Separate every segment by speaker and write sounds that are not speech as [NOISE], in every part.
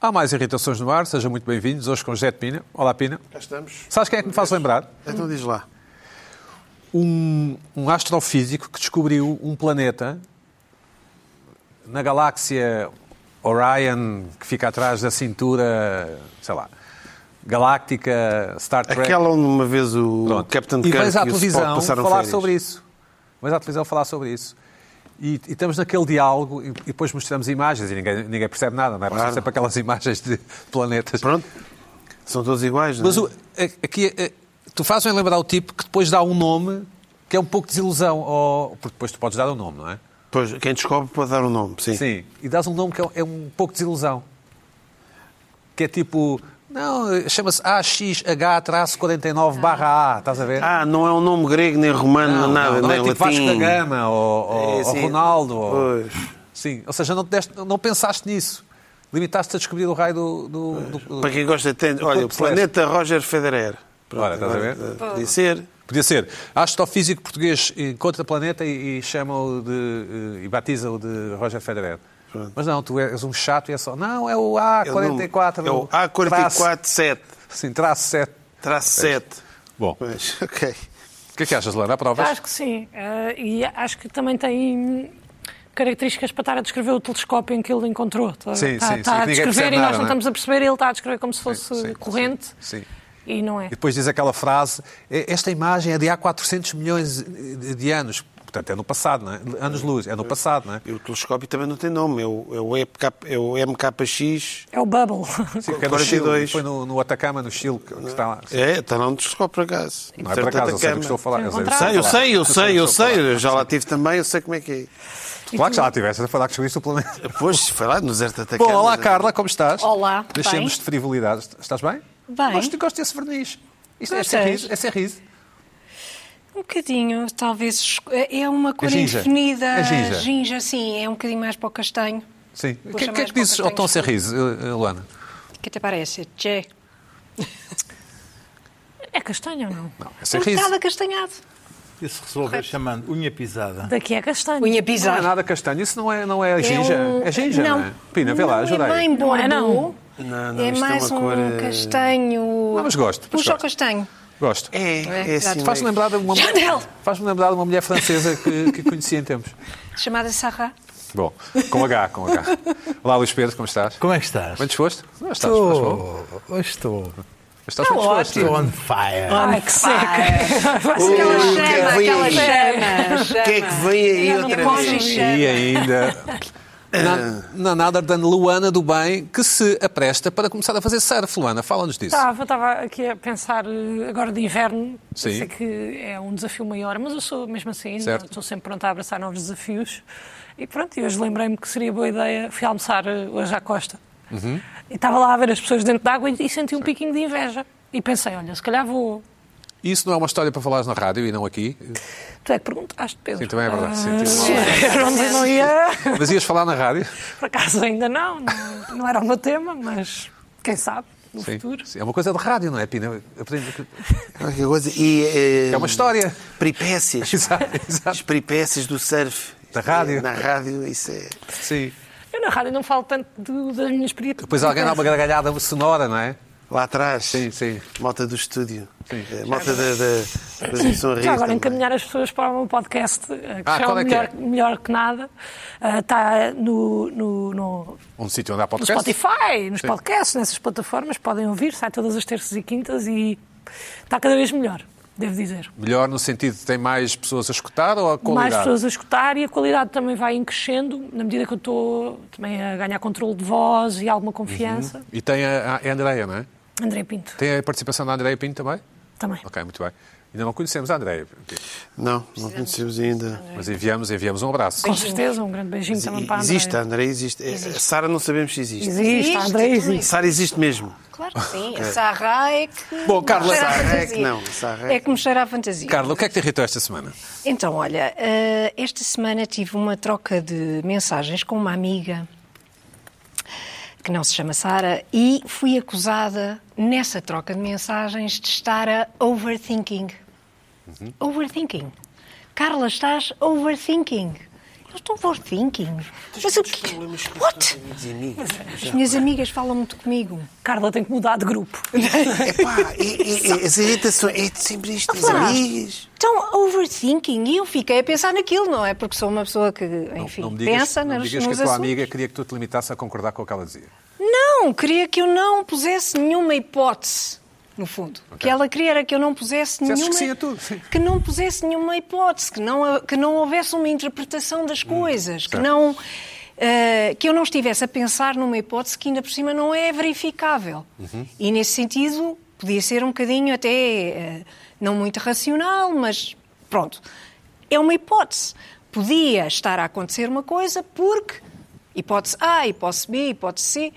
Speaker 1: Há mais irritações no ar, sejam muito bem-vindos. Hoje com José de Pina. Olá, Pina.
Speaker 2: Cá estamos.
Speaker 1: Sabes quem é que me faz lembrar?
Speaker 2: Então diz lá.
Speaker 1: Um, um astrofísico que descobriu um planeta na galáxia Orion, que fica atrás da cintura, sei lá, galáctica Star Trek.
Speaker 2: Aquela onde uma vez o
Speaker 1: Pronto.
Speaker 2: Captain
Speaker 1: e
Speaker 2: Kirk
Speaker 1: vais à
Speaker 2: e o Spock
Speaker 1: televisão
Speaker 2: passaram
Speaker 1: falar
Speaker 2: férias.
Speaker 1: sobre isso. Vais à televisão falar sobre isso. E, e estamos naquele diálogo e, e depois mostramos imagens e ninguém, ninguém percebe nada, não é? Claro.
Speaker 2: Claro.
Speaker 1: sempre aquelas [LAUGHS] imagens de planetas.
Speaker 2: Pronto. São todos iguais, não é?
Speaker 1: Mas o- a- aqui, a- tu fazes lembrar o tipo que depois dá um nome que é um pouco de desilusão, ao- porque depois tu podes dar um nome, não é?
Speaker 2: Pois, quem descobre pode dar um nome, sim.
Speaker 1: Sim. E dás um nome que é um- é um pouco de desilusão. Que é tipo, não, chama-se AXH-49 barra A, estás a ver?
Speaker 2: Ah, não é um nome grego, nem romano,
Speaker 1: não,
Speaker 2: nada,
Speaker 1: não,
Speaker 2: nem
Speaker 1: é tipo
Speaker 2: latim.
Speaker 1: Vasco da Gama ou, ou-
Speaker 2: É,
Speaker 1: ou
Speaker 2: sim.
Speaker 1: Ronaldo. ou-
Speaker 2: Pois.
Speaker 1: Sim, ou seja, não, te deste- não pensaste nisso. Limitaste-te a descobrir o raio do... do, do- do-
Speaker 2: Para quem gosta de tênis, olha, o
Speaker 1: Corpo Celeste.
Speaker 2: planeta Roger Federer. Pronto,
Speaker 1: Ora, estás a ver?
Speaker 2: agora, eh, Podia ser.
Speaker 1: Podia ser. Astrofísico português encontra o planeta e, e chama-o de. eh, e batiza-o de Roger Federer.
Speaker 2: Pronto.
Speaker 1: Mas não, tu és um chato e é só. Não, é o A44.
Speaker 2: É o
Speaker 1: Traço,
Speaker 2: A447,
Speaker 1: sim, traço 7.
Speaker 2: traço 7.
Speaker 1: Bom, o
Speaker 2: Pois, [LAUGHS] ok.
Speaker 1: que é que achas, Lana? Há provas?
Speaker 3: Acho que sim. Eh, e acho que também tem hum, características para estar a descrever o telescópio em que ele encontrou. Está,
Speaker 1: Sim,
Speaker 3: está-
Speaker 1: sim, sim,
Speaker 3: está
Speaker 1: que
Speaker 3: a
Speaker 1: ninguém percebe
Speaker 3: descrever e
Speaker 1: nada,
Speaker 3: nós
Speaker 1: não
Speaker 3: não
Speaker 1: é?
Speaker 3: estamos a perceber, ele está a descrever como se fosse
Speaker 1: sim, sim,
Speaker 3: corrente
Speaker 1: sim.
Speaker 3: e não é.
Speaker 1: E depois diz aquela frase: "E- esta imagem é de há 400 milhões de de anos. Portanto, é no passado, não é? Anos-luz, é no passado, não é?
Speaker 2: E o telescópio também não tem nome, é o, é o, EPK, é o MKX.
Speaker 3: É o bubble.
Speaker 1: Sim, porque é no
Speaker 2: 42.
Speaker 1: Chile, foi no, no Atacama, no Chile, que, que está lá.
Speaker 2: É, está lá um telescópio por acaso.
Speaker 1: Não é por acaso, eu sei do que estou a falar. é sei do que estou a
Speaker 2: Sei, eu
Speaker 1: falar.
Speaker 2: sei, eu sei,
Speaker 1: do que estou
Speaker 2: eu
Speaker 1: a
Speaker 2: sei,
Speaker 1: falar.
Speaker 2: eu já lá tive também, eu sei como é que
Speaker 1: Claro que já lá tiveste, foi lá que descobriste o [LAUGHS] planeta.
Speaker 2: é. Pois, foi lá no deserto até
Speaker 1: Bom, olá Carla, como estás?
Speaker 4: Olá,
Speaker 1: Deixemos
Speaker 4: bem.
Speaker 1: de frivolidades. Estás bem?
Speaker 4: Bem.
Speaker 1: Gosto, gosto desse verniz. Isto é
Speaker 4: Gostas?
Speaker 1: sorriso, é sorriso.
Speaker 4: Um bocadinho, talvez. esco- É uma cor
Speaker 1: ginja.
Speaker 4: indefinida.
Speaker 1: É ginja.
Speaker 4: sim. É um bocadinho mais para o castanho.
Speaker 1: Sim. O que,
Speaker 4: Puxa
Speaker 1: que é
Speaker 4: mais
Speaker 1: que dizes
Speaker 4: poucas
Speaker 1: ao Tom
Speaker 4: tens.
Speaker 1: Serriso, eh, eh, Luana?
Speaker 4: que te parece? Che.
Speaker 3: [LAUGHS] É castanho ou não?
Speaker 1: Não, é
Speaker 4: Um
Speaker 1: sorriso.
Speaker 4: bocado acastanhado.
Speaker 5: Isso resolveu chamando unha pisada.
Speaker 3: Daqui é castanho.
Speaker 4: Unha
Speaker 1: Não é
Speaker 4: pisada.
Speaker 1: nada castanho, isso não é, não é ginja.
Speaker 4: um-
Speaker 1: É ginja, não, é? Pina, vê lá,
Speaker 4: não
Speaker 1: ajuda
Speaker 4: é
Speaker 1: aí.
Speaker 4: bem
Speaker 3: Não é,
Speaker 4: Bordeaux.
Speaker 3: não.
Speaker 2: Não, não,
Speaker 4: é
Speaker 2: isto é
Speaker 4: mais
Speaker 2: uma
Speaker 4: um
Speaker 2: cor, eh,
Speaker 4: castanho.
Speaker 1: Ah, mas gosto, mas
Speaker 4: Puxa ao
Speaker 1: gosto.
Speaker 4: castanho.
Speaker 1: Gosto.
Speaker 2: É,
Speaker 4: É,
Speaker 2: é assim.
Speaker 4: exato.
Speaker 1: Faz-me lembrar, de uma...
Speaker 4: Chanel!
Speaker 1: Faz lembrar de uma mulher francesa que, que conheci em tempos.
Speaker 4: Chamada Sarra.
Speaker 1: Bom, com H, com H. Olá, Luís Pedro, como estás?
Speaker 5: Como é que estás?
Speaker 1: Bem disposto? Não, estás, estás bom.
Speaker 5: Estou, hoje estou,
Speaker 1: Estás bem disposto.
Speaker 5: estou on fire.
Speaker 3: Ai, que seca. [LAUGHS]
Speaker 4: Aquela
Speaker 1: é
Speaker 2: Ui,
Speaker 4: chama,
Speaker 2: que
Speaker 4: aquela
Speaker 2: vem
Speaker 4: chama.
Speaker 2: O que é que vem aí
Speaker 4: Não, não
Speaker 2: outra
Speaker 4: posso.
Speaker 2: vez?
Speaker 1: E ainda. [LAUGHS] Na, nada da Luana do Bem, que se apresta para começar a fazer surf. Luana, fala-nos disso.
Speaker 3: Estava, estava aqui a pensar eh, agora de inverno. Eu
Speaker 1: Sim.
Speaker 3: Sei que é um desafio maior, mas eu sou mesmo assim,
Speaker 1: Certo.
Speaker 3: estou sempre pronta a abraçar novos desafios. E pronto, e hoje lembrei-me que seria boa ideia. Fui almoçar eh, hoje à costa.
Speaker 1: Uhum.
Speaker 3: E estava lá a ver as pessoas dentro d'água e, e senti um piquinho de inveja. E pensei, olha, se calhar vou.
Speaker 1: Isso não é uma história para falares na rádio e não aqui.
Speaker 3: Tu é que perguntaste, Pedro. Ah,
Speaker 1: Sim, também é verdade. Sim, tive uma-
Speaker 3: [LAUGHS] Eu não, eu não ia.
Speaker 1: Mas ias falar na rádio?
Speaker 3: Por acaso ainda não, não, não era o meu tema, mas quem sabe [LAUGHS] no
Speaker 1: Sim.
Speaker 3: futuro.
Speaker 1: Sim, É uma coisa de rádio, não é, Pina? Aprende que-
Speaker 2: Olha que coisa. E, eh,
Speaker 1: É uma
Speaker 3: [LAUGHS]
Speaker 1: história.
Speaker 2: Peripécias.
Speaker 1: Exato,
Speaker 2: As
Speaker 1: exato.
Speaker 2: peripécias do surf.
Speaker 1: Da rádio.
Speaker 2: Na rádio, isso é.
Speaker 1: Sim.
Speaker 3: Eu na rádio não falo tanto do- das minhas experiências.
Speaker 1: Depois alguém dá uma gargalhada sonora, não é?
Speaker 2: Lá atrás.
Speaker 1: Sim, sim.
Speaker 2: Malta do estúdio.
Speaker 1: Sim.
Speaker 2: Eh, Malta da, da, da Missão Rio.
Speaker 3: Já agora
Speaker 2: também.
Speaker 3: encaminhar as pessoas para o meu podcast, eh, que
Speaker 1: É Ah,
Speaker 3: já é
Speaker 1: qual
Speaker 3: o
Speaker 1: é que
Speaker 3: melhor,
Speaker 1: é?
Speaker 3: melhor que nada. Ah, Está no, no, no,
Speaker 1: Um sítio onde há
Speaker 3: no
Speaker 1: podcast.
Speaker 3: Spotify, nos
Speaker 1: Sim.
Speaker 3: podcasts, nessas plataformas, podem ouvir, sai todas as terças e quintas e está cada vez melhor, devo dizer.
Speaker 1: Melhor no sentido de tem mais pessoas a escutar ou a qualidade?
Speaker 3: mais pessoas a escutar e a qualidade também vai em crescendo na medida que eu estou também a ganhar controle de voz e alguma confiança.
Speaker 1: E tem a, a Andreia, não é?
Speaker 3: André Pinto
Speaker 1: Tem a participação da Andreia Pinto também?
Speaker 3: também.
Speaker 1: Ok, muito bem. Ainda não conhecemos a Andreia,
Speaker 2: Não, é? não conhecemos ainda.
Speaker 1: mas enviamos, enviamos um abraço.
Speaker 3: Com certeza, um grande beijinho também para a André.
Speaker 2: Existe, a André existe. Eh, A Sara não sabemos se existe.
Speaker 3: é?
Speaker 1: é
Speaker 3: Existe, a André existe.
Speaker 2: A Sara existe mesmo.
Speaker 4: Claro que sim. A Sarra é que.
Speaker 1: Bom, Carla,
Speaker 4: me cheira à
Speaker 2: Sarra é que
Speaker 4: fantasia.
Speaker 2: não, Sarra é que
Speaker 4: É que me cheira à fantasia.
Speaker 1: Carla, o que é que te irritou esta semana?
Speaker 4: Então, olha, eh, esta semana tive uma troca de mensagens com uma amiga que não se chama Sara e fui acusada nessa troca de mensagens de estar a
Speaker 1: Uhum.
Speaker 4: overthinking. Overthinking. Carla, estás overthinking. Just overthinking. Mas o que. What? As minhas amigas falam muito comigo.
Speaker 3: Carla tem que mudar de grupo.
Speaker 2: Epá, e- e- e- as irritações, é sempre isto, as
Speaker 4: Claro.
Speaker 2: amigas.
Speaker 4: Então, overthinking. E eu fiquei a pensar naquilo, não é? Porque sou uma pessoa que, enfim,
Speaker 1: não me digas,
Speaker 4: pensa
Speaker 1: não me
Speaker 4: nas,
Speaker 1: digas que é a
Speaker 4: nos
Speaker 1: tua
Speaker 4: assuntos.
Speaker 1: amiga queria que tu te limitasses a concordar com o que ela dizia.
Speaker 4: Não, queria que eu não pusesse nenhuma hipótese, no fundo. O que ela queria era que eu não pusesse
Speaker 1: Dissesses
Speaker 4: nenhuma.
Speaker 1: que sim a tudo, sim.
Speaker 4: que não pusesse nenhuma hipótese, que não, que não houvesse uma interpretação das coisas, que
Speaker 1: Hum, certo.
Speaker 4: não. eh, que eu não estivesse a pensar numa hipótese que ainda por cima não é verificável.
Speaker 1: Uhum.
Speaker 4: E nesse sentido, podia ser um bocadinho até eh, não muito racional, mas pronto. É uma hipótese. Podia estar a acontecer uma coisa porque hipótese A, hipótese B, hipótese C,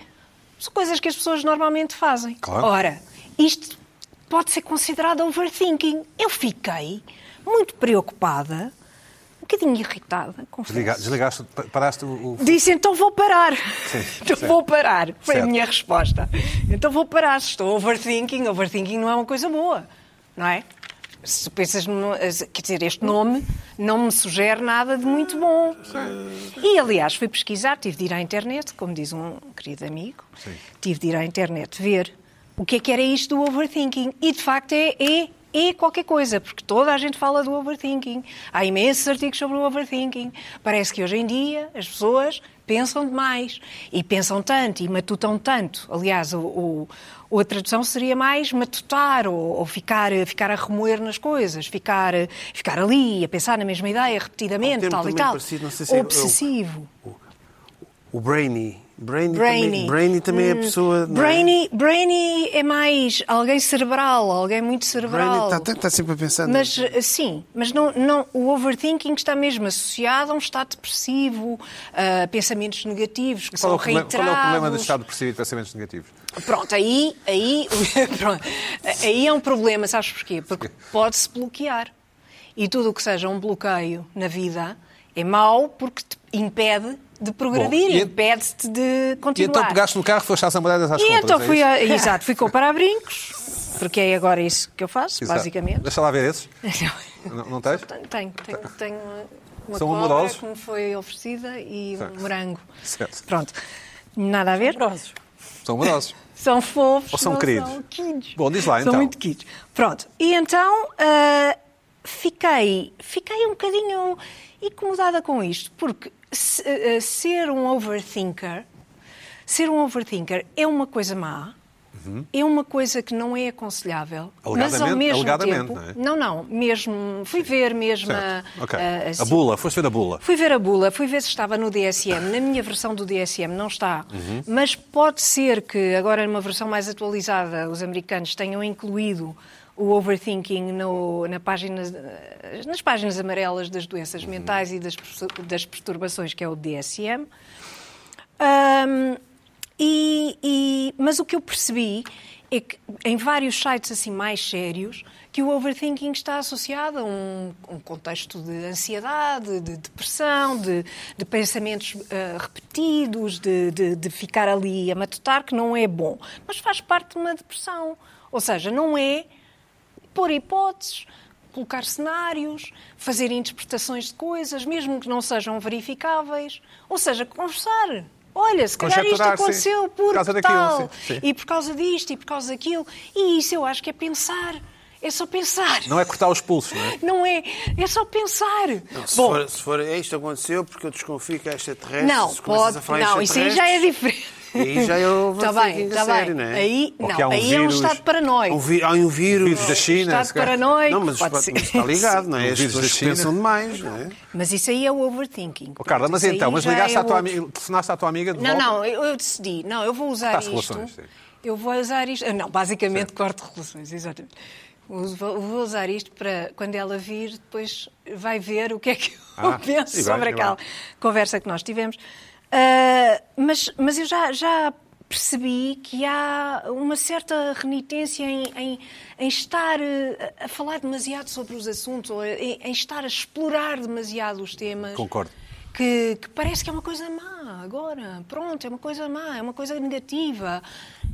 Speaker 4: são coisas que as pessoas normalmente fazem.
Speaker 1: Claro.
Speaker 4: Ora, isto pode ser considerado overthinking. Eu fiquei muito preocupada, um bocadinho irritada, confesso.
Speaker 1: Desliga- Desligaste, pa- paraste o. o-
Speaker 4: Disse, então vou parar. [LAUGHS] então
Speaker 1: certo.
Speaker 4: vou parar. Foi
Speaker 1: Certo.
Speaker 4: a minha resposta. Então vou parar. se Estou overthinking. Overthinking não é uma coisa boa, não é? Se tu pensas, no- quer dizer, este nome não me sugere nada de muito bom. E aliás, fui pesquisar, tive de ir à internet, como diz um querido amigo, tive de ir à internet ver o que é que era isto do overthinking. E de facto é, é, é qualquer coisa, porque toda a gente fala do overthinking. Há imensos artigos sobre o overthinking. Parece que hoje em dia as pessoas pensam demais e pensam tanto e matutam tanto. Aliás, o, o- ou a tradução seria mais matutar ou, ou ficar, ficar a remoer nas coisas, ficar, ficar ali a pensar na mesma ideia repetidamente,
Speaker 2: um termo
Speaker 4: tal e
Speaker 2: também
Speaker 4: tal.
Speaker 2: parecido, não sei se é-
Speaker 4: Obsessivo.
Speaker 2: O brainy. Brainy,
Speaker 4: Brainy. Hum.
Speaker 2: também, brainy também é a pessoa. não é?
Speaker 4: Brainy, brainy é mais alguém cerebral, alguém muito
Speaker 2: Brainy
Speaker 4: cerebral.
Speaker 1: tá
Speaker 2: está está Tá, sempre a pensar. nisso.
Speaker 4: Mas eh, sim, mas não, não, o overthinking está mesmo associado a um estado depressivo, a pensamentos negativos que
Speaker 1: Qual é,
Speaker 4: são
Speaker 1: o problema, qual é o
Speaker 4: reiterados.
Speaker 1: problema do estado depressivo e de pensamentos negativos?
Speaker 4: Pronto, aí, aí, [LAUGHS] pronto, aí é um problema, sabes porquê? Porque pode-se bloquear. E tudo o que seja um bloqueio na vida é mau porque te impede de progredir,
Speaker 1: e-
Speaker 4: impede-te de
Speaker 1: E
Speaker 4: continuar.
Speaker 1: então pegaste no carro e foste às namoradas às
Speaker 4: E
Speaker 1: compras.
Speaker 4: então
Speaker 1: é
Speaker 4: fui,
Speaker 1: isso?
Speaker 4: a, exato, fui com brincos porque é agora isso que eu faço,
Speaker 1: Exato.
Speaker 4: basicamente.
Speaker 1: Deixa lá ver esses. Não, não tens?
Speaker 4: [LAUGHS] Tenho, tenho, tenho, tenho uma, uma
Speaker 1: São
Speaker 4: cobra
Speaker 1: amorosos?
Speaker 4: que me foi oferecida e um morango.
Speaker 1: Certo.
Speaker 4: Pronto, nada a ver.
Speaker 3: Amorosos.
Speaker 1: São amorosos.
Speaker 4: São fofos.
Speaker 1: Ou são
Speaker 4: não
Speaker 1: queridos?
Speaker 4: São queridos.
Speaker 1: Bom, diz lá,
Speaker 4: são
Speaker 1: então.
Speaker 4: muito queridos. Pronto, e então ah, fiquei, fiquei um bocadinho incomodada com isto, porque se- ah, ser um overthinker, ser um overthinker é uma coisa má, é uma coisa que não é aconselhável, mas ao
Speaker 1: Uhum. Alegadamente-
Speaker 4: mesmo
Speaker 1: alegadamente,
Speaker 4: tempo...
Speaker 1: não é?
Speaker 4: Não, não, mesmo, fui ver mesmo a-
Speaker 1: Certo. Ok.
Speaker 4: a-
Speaker 1: A bula, foste ver a bula.
Speaker 4: Fui ver a bula, fui ver se estava no DSM. Na minha versão do DSM não está, mas pode ser que agora numa versão mais atualizada os americanos tenham incluído o overthinking no- na página- nas páginas amarelas das doenças mentais e das, perso- das perturbações, que é o DSM. Ahm, e- e- mas o que eu percebi é que em vários sites assim mais sérios que o overthinking está associado a um, um contexto de ansiedade, de depressão, de, de pensamentos ah, repetidos, de, de- de ficar ali a matutar, que não é bom. Mas faz parte de uma depressão. Ou seja, não é pôr hipóteses, colocar cenários, fazer interpretações de coisas, mesmo que não sejam verificáveis. Ou seja, conversar. Olha, se calhar isto
Speaker 1: Conjecturar, sim.
Speaker 4: aconteceu por
Speaker 1: Por causa
Speaker 4: que
Speaker 1: daquilo,
Speaker 4: tal,
Speaker 1: sim, sim.
Speaker 4: e por causa disto, e por causa daquilo. E isso eu acho que é pensar. É só pensar.
Speaker 1: Não é cortar os pulsos, não é?
Speaker 4: Não é. É só pensar.
Speaker 2: Se,
Speaker 4: Bom,
Speaker 2: for, se for, é isto aconteceu porque eu desconfio que é extraterrestre.
Speaker 4: não,
Speaker 2: se começas
Speaker 4: pode.
Speaker 2: a falar em
Speaker 4: Não, isso aí já é
Speaker 2: extraterrestres,
Speaker 4: diferente.
Speaker 2: Aí já é o
Speaker 4: Está bem,
Speaker 2: overthinking a
Speaker 4: está
Speaker 2: sério,
Speaker 4: bem.
Speaker 2: não é?
Speaker 4: Aí,
Speaker 1: Ou que
Speaker 4: não,
Speaker 1: há um
Speaker 4: aí é um
Speaker 1: vírus-
Speaker 4: estado paranoico.
Speaker 2: Um vi- Há um vírus.
Speaker 1: Vírus da China.
Speaker 4: Estado
Speaker 1: se calhar.
Speaker 4: paranoico.
Speaker 2: Não, mas,
Speaker 4: pode
Speaker 2: pode-
Speaker 4: ser.
Speaker 2: mas está ligado, não é?
Speaker 1: Um
Speaker 2: As
Speaker 1: vírus da
Speaker 2: pessoas
Speaker 1: China.
Speaker 2: pensam demais, não é?
Speaker 4: Mas isso aí é o overthinking.
Speaker 1: Oh, Carla, mas
Speaker 4: Isso aí
Speaker 1: então, mas
Speaker 4: já
Speaker 1: ligaste
Speaker 4: é
Speaker 1: à tua
Speaker 4: outro.
Speaker 1: amiga, telefonaste à tua amiga de
Speaker 4: Não,
Speaker 1: volta?
Speaker 4: não, eu, eu decidi. Não, eu vou usar
Speaker 1: Cortaste
Speaker 4: isto.
Speaker 1: relações, sim.
Speaker 4: eu vou usar isto. ah, Não, basicamente corto relações, exatamente. Uso- Vou vou usar isto para quando ela vir, depois vai ver o que é que eu
Speaker 1: Ah,
Speaker 4: [LAUGHS] penso
Speaker 1: e bem,
Speaker 4: sobre
Speaker 1: e bem.
Speaker 4: aquela conversa que nós tivemos. Ah, mas, mas eu já, já percebi que há uma certa renitência em, em- em estar eh, a a falar demasiado sobre os assuntos ou em, em estar a explorar demasiado os temas
Speaker 1: Concordo.
Speaker 4: que, que parece que é uma coisa má agora. Pronto, é uma coisa má, é uma coisa negativa.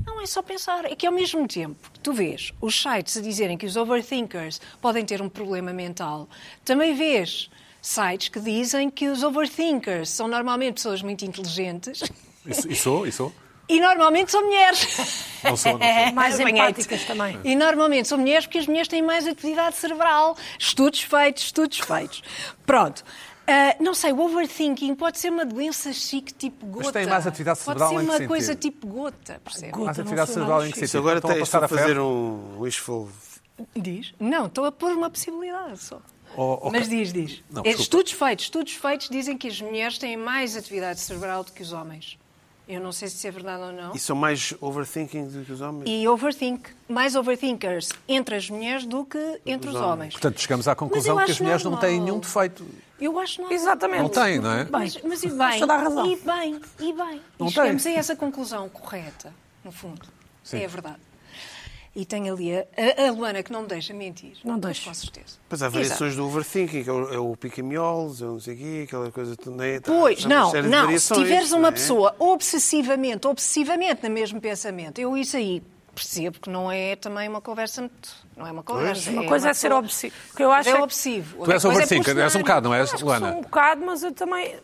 Speaker 4: Não é só pensar. É que ao mesmo tempo que tu vês os sites a dizerem que os overthinkers podem ter um problema mental, também vês sites que dizem que os overthinkers são normalmente pessoas muito inteligentes [LAUGHS]
Speaker 1: E, e sou, e sou.
Speaker 4: e normalmente são mulheres. é
Speaker 1: Não
Speaker 4: [LAUGHS]
Speaker 1: sou, não sou.
Speaker 3: É Mais
Speaker 4: Apanhei-te.
Speaker 3: empáticas também.
Speaker 4: E normalmente são mulheres porque as mulheres têm mais atividade cerebral. Estudos feitos, estudos feitos. Pronto. Ah, não sei, o overthinking pode ser uma doença chique tipo gota.
Speaker 1: tem mais atividade cerebral
Speaker 4: Pode
Speaker 1: em
Speaker 4: ser
Speaker 1: que
Speaker 4: uma
Speaker 1: sentido?
Speaker 4: coisa tipo gota, percebe?
Speaker 3: Gota.
Speaker 1: Mas a
Speaker 3: não
Speaker 1: atividade
Speaker 3: sou
Speaker 1: cerebral
Speaker 3: nada
Speaker 1: em que
Speaker 3: chique.
Speaker 2: Isso
Speaker 1: sentido?
Speaker 2: agora
Speaker 1: Estão a
Speaker 2: tem,
Speaker 1: então passar
Speaker 2: estou a
Speaker 1: a
Speaker 2: fazer
Speaker 1: ferro?
Speaker 2: um wishful.
Speaker 4: Diz? Não, estou a pôr uma possibilidade só.
Speaker 1: Oh, ok.
Speaker 4: Mas diz, diz.
Speaker 1: Não,
Speaker 4: É,
Speaker 1: desculpa.
Speaker 4: estudos feitos, estudos feitos dizem que as mulheres têm mais atividade cerebral do que os homens. Eu não sei se isso é verdade ou não.
Speaker 2: E são mais overthinking do que os homens?
Speaker 4: E overthink, mais overthinkers entre as mulheres do que entre os homens.
Speaker 1: Portanto, chegamos à conclusão
Speaker 4: Mas eu
Speaker 1: que as
Speaker 4: acho
Speaker 1: mulheres não têm
Speaker 4: normal.
Speaker 1: nenhum defeito.
Speaker 4: Eu acho não.
Speaker 3: Exatamente.
Speaker 1: Não têm, não é?
Speaker 4: Mas, mas e bem,
Speaker 3: Mas toda a razão.
Speaker 4: e bem, e bem.
Speaker 1: Não
Speaker 4: e chegamos
Speaker 1: tem.
Speaker 4: a essa conclusão correta, no fundo.
Speaker 1: Sim.
Speaker 4: É a verdade. E tenho ali a, a- a Luana que não me deixa mentir.
Speaker 3: Não
Speaker 4: Mas
Speaker 3: deixa.
Speaker 4: Com certeza.
Speaker 2: Pois há
Speaker 4: Exato.
Speaker 2: variações do overthinking, que é o, é o pica-miolos, é o não sei o quê, aquela coisa tá, também.
Speaker 4: Pois,
Speaker 2: há uma
Speaker 4: não,
Speaker 2: série de
Speaker 4: não. Se
Speaker 2: variações,
Speaker 4: tiveres uma
Speaker 2: não é?
Speaker 4: pessoa obsessivamente, obsessivamente no mesmo pensamento, eu isso aí percebo que não é também uma conversa muito. Não é uma conversa.
Speaker 3: Uma coisa é ser
Speaker 4: pessoa-
Speaker 3: obsessivo. O que eu acho
Speaker 4: É
Speaker 3: é que-
Speaker 4: obsessivo.
Speaker 1: Tu
Speaker 4: Outra
Speaker 1: és
Speaker 4: coisa é
Speaker 1: overthinker, és um
Speaker 4: personagem.
Speaker 1: bocado, não és,
Speaker 3: Acho que
Speaker 1: Luana?
Speaker 3: Sou um bocado, mas eu também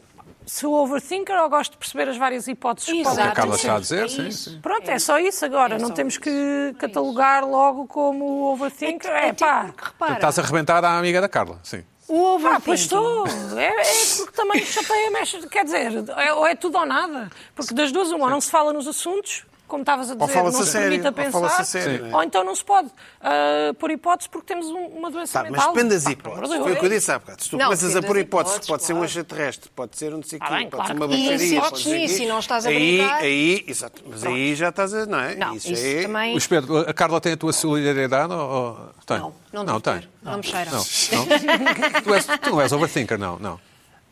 Speaker 3: sou overthinker ou gosto de perceber as várias hipóteses que
Speaker 1: O
Speaker 4: Exato.
Speaker 1: que a
Speaker 3: podem
Speaker 1: Carla está a dizer,
Speaker 3: acontecer.
Speaker 4: É
Speaker 1: sim,
Speaker 4: isso.
Speaker 1: sim.
Speaker 3: Pronto, é só isso agora.
Speaker 4: É
Speaker 3: não
Speaker 4: só
Speaker 3: temos que
Speaker 4: isso.
Speaker 3: catalogar logo como overthinker. É,
Speaker 4: É tipo,
Speaker 3: pá.
Speaker 4: porque repara,
Speaker 1: Então Estás a arrebentar a amiga da Carla, sim.
Speaker 4: o
Speaker 3: Ah,
Speaker 4: overthinking.
Speaker 3: pois estou. É, é porque também chateia mexe. Quer dizer, é- ou é tudo ou nada. Porque das duas, uma, ou não se fala nos assuntos, como estavas a dizer, não
Speaker 2: fala-se a
Speaker 3: se
Speaker 2: sério,
Speaker 3: permite a
Speaker 2: ou
Speaker 3: pensar.
Speaker 2: fala-se a sério, é? Sim.
Speaker 3: ou então não se pode, ah, por hipótese, porque temos um- uma doença
Speaker 2: Tá, mas
Speaker 3: mental.
Speaker 2: depende das
Speaker 3: Pá, pelo amor de
Speaker 2: hipóteses.
Speaker 3: Deus.
Speaker 2: Foi o que eu disse há bocado. Se tu
Speaker 4: Não,
Speaker 2: começas a
Speaker 4: depende
Speaker 2: pôr
Speaker 4: das
Speaker 2: hipóteses,
Speaker 4: hipóteses,
Speaker 2: pode ser um
Speaker 4: claro. Tá
Speaker 2: extraterrestre, pode ser um não sei o quê,
Speaker 3: Ah, bem,
Speaker 2: pode ser uma
Speaker 3: claro. E
Speaker 2: baixaria.
Speaker 3: insistes
Speaker 2: pode ser
Speaker 4: nisso
Speaker 2: isso.
Speaker 4: e não estás a
Speaker 2: aí,
Speaker 4: brincar.
Speaker 2: Aí, exato. Mas aí já estás a. Não é?
Speaker 4: Não, isso,
Speaker 2: aí-
Speaker 4: também.
Speaker 1: Luís Pedro, a Carla tem a tua solidariedade? Ou... ou- Tem.
Speaker 4: Não, não,
Speaker 1: não
Speaker 4: devo
Speaker 1: tem.
Speaker 4: ter. Não me cheira. [LAUGHS]
Speaker 1: Não, não. tu, és, tu não és overthinker, não, não.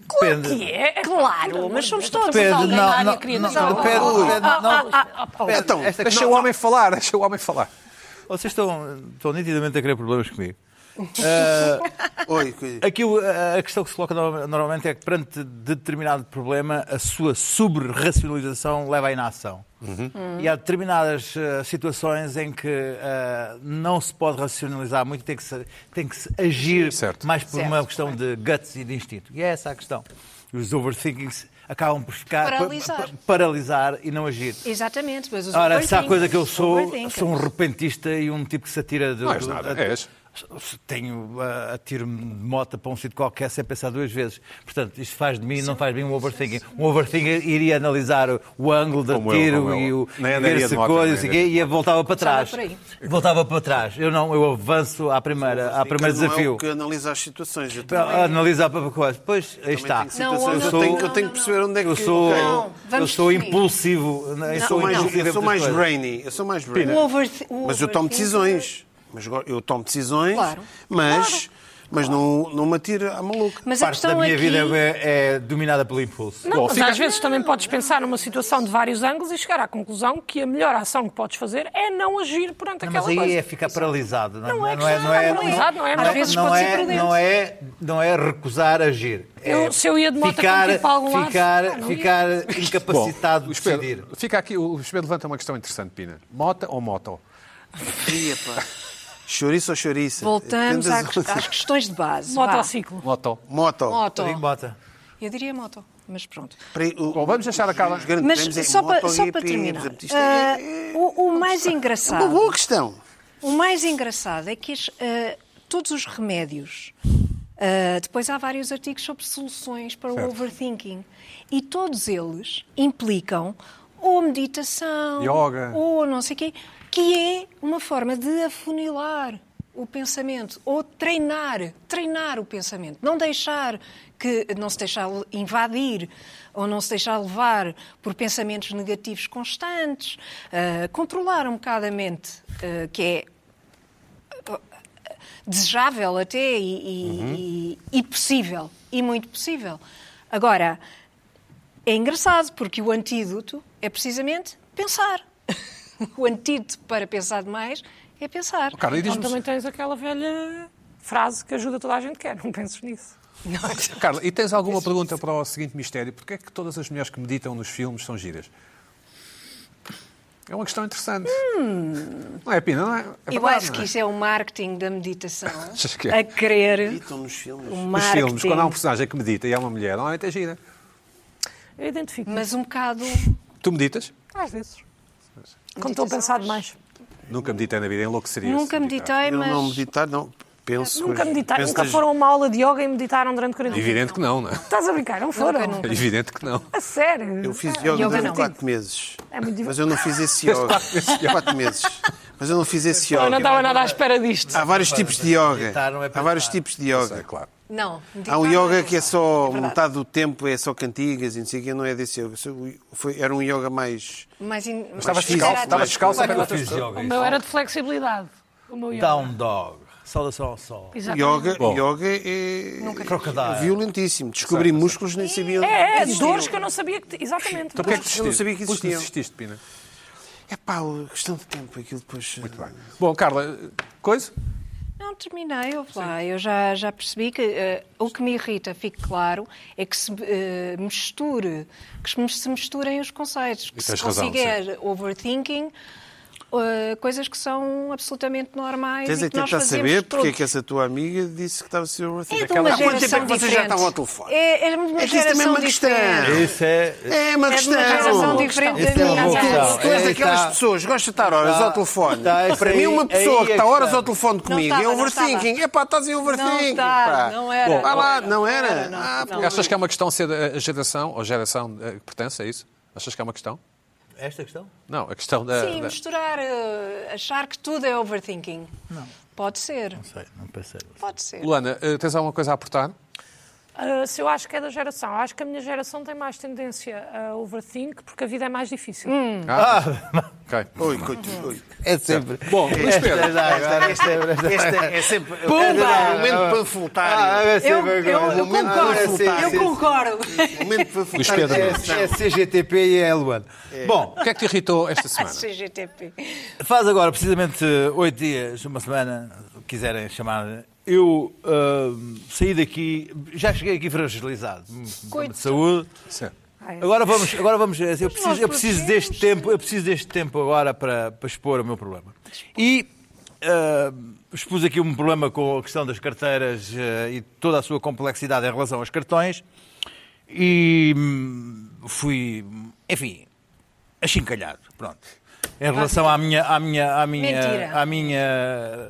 Speaker 5: Depende.
Speaker 3: Que é?
Speaker 4: Claro, mas somos todos.
Speaker 5: Depende,
Speaker 4: Alguém da
Speaker 5: não,
Speaker 4: área
Speaker 5: não,
Speaker 4: queria
Speaker 5: não,
Speaker 4: dizer alguma
Speaker 5: depende,
Speaker 4: coisa.
Speaker 5: depende, não.
Speaker 4: Pedro,
Speaker 2: Então,
Speaker 5: Esta que
Speaker 1: Deixa
Speaker 5: não-
Speaker 1: o homem falar, deixa o homem falar.
Speaker 5: Vocês estão, estão nitidamente a querer problemas comigo. Ah,
Speaker 2: Oi, coisa.
Speaker 5: Aqui o- a a questão que se coloca no- normalmente é que perante determinado problema a sua sobre-racionalização leva à inação. E há determinadas eh, situações em que eh, não se pode racionalizar muito, tem que se, tem que se agir
Speaker 1: Certo.
Speaker 5: mais por
Speaker 4: Certo.
Speaker 5: uma questão de guts e de instinto. E é essa a questão. Os overthinkings acabam por ficar
Speaker 4: Paralisar.
Speaker 5: pa- pa- paralisar e não agir.
Speaker 4: Exatamente, mas os
Speaker 5: Ora, se há
Speaker 4: overthinkers-
Speaker 5: coisa que eu sou,
Speaker 4: overthinkers.
Speaker 5: sou um repentista e um tipo que se atira do.
Speaker 1: Não és
Speaker 5: do-
Speaker 1: nada,
Speaker 5: a-
Speaker 1: és.
Speaker 5: se Tenho, ah, atiro-me de moto para um sítio qualquer sem pensar duas vezes. Portanto, isto faz de mim, não faz de mim um overthinking. Um overthinker iria analisar o, o ângulo do
Speaker 1: Como eu,
Speaker 5: tiro
Speaker 1: como eu.
Speaker 5: e o
Speaker 1: Nem
Speaker 5: e
Speaker 1: andaria
Speaker 5: ver se
Speaker 1: de moto,
Speaker 5: coisa,
Speaker 1: nem
Speaker 5: não sei o
Speaker 1: andaria
Speaker 5: quê, e eu voltava para trás.
Speaker 4: por aí.
Speaker 5: Voltava para trás. Eu não, eu avanço à primeira, à primeiro
Speaker 2: Não é o
Speaker 5: desafio. ah,
Speaker 2: que analisa as situações. Eu também-
Speaker 5: Para analisar para coisa. Pois, aí
Speaker 2: também tenho
Speaker 5: está.
Speaker 4: é. Não,
Speaker 2: situações,
Speaker 4: não,
Speaker 2: eu
Speaker 1: assim.
Speaker 2: tenho-
Speaker 4: não,
Speaker 2: Eu tenho que
Speaker 4: não,
Speaker 2: perceber onde é que
Speaker 5: tá. Eu sou,
Speaker 4: Não,
Speaker 5: eu
Speaker 4: vamos
Speaker 5: sou
Speaker 4: definir.
Speaker 5: impulsivo. né? Eu
Speaker 4: Não,
Speaker 5: sou
Speaker 4: não.
Speaker 2: mais,
Speaker 5: impulsivo em
Speaker 2: eu sou
Speaker 5: muitas
Speaker 2: mais
Speaker 5: coisas.
Speaker 2: brainy, eu sou mais brainy.
Speaker 4: O overth- o
Speaker 2: mas eu tomo
Speaker 4: overthinker-
Speaker 2: decisões. Mas agora- eu tomo decisões,
Speaker 4: Claro.
Speaker 2: mas, mas não, não me atira à maluca.
Speaker 4: Mas a
Speaker 5: Parte da
Speaker 4: questão
Speaker 5: minha
Speaker 4: aqui...
Speaker 5: vida é, é dominada pelo impulso.
Speaker 3: Não,
Speaker 1: Bom,
Speaker 3: mas
Speaker 1: fica-
Speaker 3: às vezes também podes pensar numa situação de vários ângulos e chegar à conclusão que a melhor ação que podes fazer é não agir perante
Speaker 5: Não,
Speaker 3: aquela
Speaker 5: mas aí
Speaker 3: coisa.
Speaker 5: é ficar paralisado. Não,
Speaker 3: Não é que
Speaker 5: não é,
Speaker 3: está
Speaker 5: não é,
Speaker 3: paralisado, não é? Às
Speaker 4: vezes
Speaker 5: não
Speaker 4: pode ser
Speaker 5: é,
Speaker 4: prudente.
Speaker 5: não é, não é recusar agir. É
Speaker 3: Eu- se eu ia de moto contigo para algum lado,
Speaker 5: ficar,
Speaker 3: ah, não ia.
Speaker 5: ficar
Speaker 1: Bom,
Speaker 5: incapacitado
Speaker 1: Luís
Speaker 5: de
Speaker 1: Pedro,
Speaker 5: decidir.
Speaker 1: Fica aqui, o Luís Pedro levanta uma questão interessante, Pina. Mota ou moto?
Speaker 2: Ia, pá. Chouriço ou chouriça?
Speaker 4: Voltamos à-
Speaker 2: Depende das-
Speaker 4: às questões de base. vá.
Speaker 3: Motociclo.
Speaker 1: Moto.
Speaker 2: [LAUGHS] Moto.
Speaker 4: Moto.
Speaker 5: Rodrigo Bota.
Speaker 4: Eu diria moto, mas pronto.
Speaker 2: Pre- o-
Speaker 1: Bom, vamos deixar a Carla.
Speaker 2: os grandes
Speaker 4: Mas
Speaker 2: prémios é
Speaker 4: só para
Speaker 2: MotoGP,
Speaker 4: só para
Speaker 2: por
Speaker 4: terminar,
Speaker 2: exemplo, isto
Speaker 4: ah,
Speaker 2: é-
Speaker 4: o, o mais
Speaker 2: é uma
Speaker 4: engraçado,
Speaker 2: boa questão.
Speaker 4: o mais engraçado é que as, ah, todos os remédios, ah, depois há vários artigos sobre soluções para o overthinking e todos eles implicam ou meditação,
Speaker 1: Yoga.
Speaker 4: ou não sei o quê, que é uma forma de afunilar o pensamento ou treinar, treinar o pensamento, não deixar que não se deixar invadir ou não se deixar levar por pensamentos negativos constantes, ah, controlar um bocado a mente, ah, que é desejável até e, e- e- e possível, e muito possível. Agora, é engraçado porque o antídoto é precisamente pensar. [LAUGHS] o antídoto para pensar demais é pensar.
Speaker 1: Carla, e
Speaker 3: Então
Speaker 1: diz-me
Speaker 3: também tens aquela velha frase que ajuda toda a gente que é. Não penses nisso.
Speaker 1: Carla, e tens alguma pergunta para o seguinte mistério? Porquê é que todas as mulheres que meditam nos filmes são giras? É uma questão interessante. Não é, Pina? Não é? É
Speaker 4: Hum. Eu
Speaker 1: verdade,
Speaker 4: acho
Speaker 1: não
Speaker 4: que
Speaker 1: é?
Speaker 4: isso é o marketing da meditação.
Speaker 1: Acho que é.
Speaker 4: A querer
Speaker 2: Estão nos filmes.
Speaker 4: o
Speaker 1: Nos
Speaker 4: marketing.
Speaker 1: filmes, quando há um personagem que medita e é uma mulher, normalmente é gira.
Speaker 3: Eu identifico.
Speaker 4: Mas um bocado.
Speaker 1: Tu meditas?
Speaker 3: Às vezes. Quando estou a pensar demais.
Speaker 1: Nunca meditei na vida, enlouqueceria.
Speaker 4: Nunca meditei,
Speaker 2: Eu
Speaker 4: mas.
Speaker 2: não meditar, não. Penso.
Speaker 3: Nunca
Speaker 2: mas
Speaker 3: meditaram,
Speaker 2: penso
Speaker 3: nunca
Speaker 2: nas-
Speaker 3: foram a uma aula de yoga e meditaram durante 40 dias.
Speaker 1: Evidente que não, não é?
Speaker 3: Estás a brincar? Não foram?
Speaker 4: nunca.
Speaker 1: Evidente que não.
Speaker 3: A sério? Ah,
Speaker 2: Eu fiz yoga,
Speaker 4: yoga não.
Speaker 2: durante 4 meses.
Speaker 3: É muito
Speaker 2: mas
Speaker 3: divertido.
Speaker 2: eu não fiz esse yoga. 4 meses. Mas eu não fiz esse yoga.
Speaker 3: Eu não estava nada à espera disto.
Speaker 2: Há vários tipos de yoga.
Speaker 5: meditar não é
Speaker 2: Há vários
Speaker 5: pensar.
Speaker 2: tipos de
Speaker 1: É
Speaker 2: yoga.
Speaker 1: claro.
Speaker 2: Há
Speaker 4: Não.
Speaker 2: um
Speaker 4: meditar não
Speaker 2: yoga
Speaker 4: é
Speaker 2: que é
Speaker 4: verdade.
Speaker 2: só
Speaker 4: verdade.
Speaker 2: metade do tempo, é só cantigas e não sei o quê, não é desse yoga. Isso foi- era um yoga mais.
Speaker 4: Mas, in... mas
Speaker 1: Estavas
Speaker 2: fiz
Speaker 1: descalço,
Speaker 2: isso,
Speaker 1: estavas
Speaker 2: mas-
Speaker 1: descalço.
Speaker 5: Como é que eu
Speaker 1: apenas-
Speaker 5: fiz yoga?
Speaker 3: O meu era de flexibilidade. O meu yoga.
Speaker 5: Down dog. Saudação ao sol.
Speaker 3: Exatamente.
Speaker 2: Então, Yoga,
Speaker 1: Bom.
Speaker 2: yoga é
Speaker 5: Crocodile.
Speaker 2: violentíssimo. Descobri músculos nem sabia.
Speaker 3: É, é,
Speaker 2: que existiam.
Speaker 3: dores que eu não sabia que. Exatamente.
Speaker 1: Então porquê é que desististe?
Speaker 2: Eu não sabia que
Speaker 1: Porquê
Speaker 2: existiam.
Speaker 1: desististe, Pina?
Speaker 2: É pá, questão de tempo, aquilo depois. eh,
Speaker 1: Muito bem. Bom, Carla, coisa?
Speaker 4: Não terminei, ouve lá. Eu já, já percebi que eh, o que me irrita, fique claro, é que se eh, misture, que se- se misturem os conceitos, que
Speaker 1: E
Speaker 4: se
Speaker 1: tens razão,
Speaker 4: consiga overthinking, eh, coisas que são absolutamente normais
Speaker 2: Tens
Speaker 4: e
Speaker 2: é
Speaker 4: que nós
Speaker 2: tentar
Speaker 4: fazemos
Speaker 2: saber porque é
Speaker 4: todos.
Speaker 2: que essa tua amiga disse que estava a ser overthinking.
Speaker 4: É de uma
Speaker 1: Há
Speaker 2: quanto tempo é
Speaker 4: geração
Speaker 2: que vocês já
Speaker 4: diferente.
Speaker 2: estavam ao telefone?
Speaker 4: É, é de uma
Speaker 2: É que isso também é
Speaker 4: geração
Speaker 2: uma questão.
Speaker 4: diferente.
Speaker 5: Isso é.
Speaker 2: É uma
Speaker 4: É de
Speaker 2: questão.
Speaker 4: uma geração diferente
Speaker 5: Isso é
Speaker 4: da
Speaker 5: uma
Speaker 4: minha.
Speaker 5: boa questão.
Speaker 2: Tu és
Speaker 5: Aí
Speaker 2: daquelas
Speaker 5: está.
Speaker 2: pessoas que gostam de estar horas
Speaker 5: Tá.
Speaker 2: ao telefone.
Speaker 5: Tá, isso
Speaker 2: Para
Speaker 5: aí-
Speaker 2: mim, uma
Speaker 5: aí
Speaker 2: pessoa
Speaker 5: é
Speaker 2: que
Speaker 5: que
Speaker 2: está horas
Speaker 5: está.
Speaker 2: ao telefone comigo
Speaker 4: estava,
Speaker 2: é
Speaker 4: não
Speaker 2: overthinking.
Speaker 4: estava.
Speaker 2: É pá, estás em overthinking.
Speaker 4: está,
Speaker 2: pá.
Speaker 4: não era,
Speaker 2: Bom, vá
Speaker 4: não
Speaker 2: lá,
Speaker 4: era,
Speaker 2: não
Speaker 4: não
Speaker 2: era.
Speaker 4: era, não,
Speaker 2: Ah,
Speaker 4: não.
Speaker 2: pô,
Speaker 1: Achas que é uma questão de ser da- a geração ou geração eh, que pertence a isso? Achas que é uma questão?
Speaker 5: Esta questão?
Speaker 1: Não, a questão da.
Speaker 4: Sim,
Speaker 1: da-
Speaker 4: misturar, eh, achar que tudo é overthinking. Não. Pode ser,
Speaker 5: Sei, não pensei.
Speaker 4: pode ser.
Speaker 1: Luana, eh, tens alguma coisa a aportar?
Speaker 3: Ah, se eu acho que é da geração. Acho que a minha geração tem mais tendência a overthink porque a vida é mais difícil.
Speaker 4: Hum.
Speaker 1: Ah, Ok.
Speaker 2: Oi, coito, oi.
Speaker 5: É sempre.
Speaker 1: Bom, Luís
Speaker 5: Esta
Speaker 1: Pedro.
Speaker 5: é da agora, esta é- esta é-
Speaker 2: Este é sempre é
Speaker 4: Pumba!
Speaker 2: um momento panfletário.
Speaker 5: é
Speaker 4: Eu,
Speaker 5: sempre
Speaker 4: eu-
Speaker 5: agora.
Speaker 4: eu concordo, eu concordo.
Speaker 2: Um momento panfletário.
Speaker 1: Luís Pedro.
Speaker 2: É,
Speaker 5: É, é CGTP e é Luan. Bom,
Speaker 1: O que é que te irritou esta
Speaker 4: [LAUGHS]
Speaker 1: semana?
Speaker 4: CGTP.
Speaker 5: faz agora precisamente eh, oito dias, uma semana, o que quiserem chamar. Eu ahm, saí daqui, já cheguei aqui fragilizado. Um problema De saúde.
Speaker 1: Sim.
Speaker 5: Agora vamos, agora vamos. Eu
Speaker 4: nós
Speaker 5: preciso, eu preciso deste tempo, eu preciso deste tempo agora para, para expor o meu problema. E ah, expus aqui um problema com a questão das carteiras ah, e toda a sua complexidade em relação aos cartões. E hum, fui, enfim, achincalhado, pronto. Em relação à minha, à minha, à minha,
Speaker 4: Mentira.
Speaker 5: à minha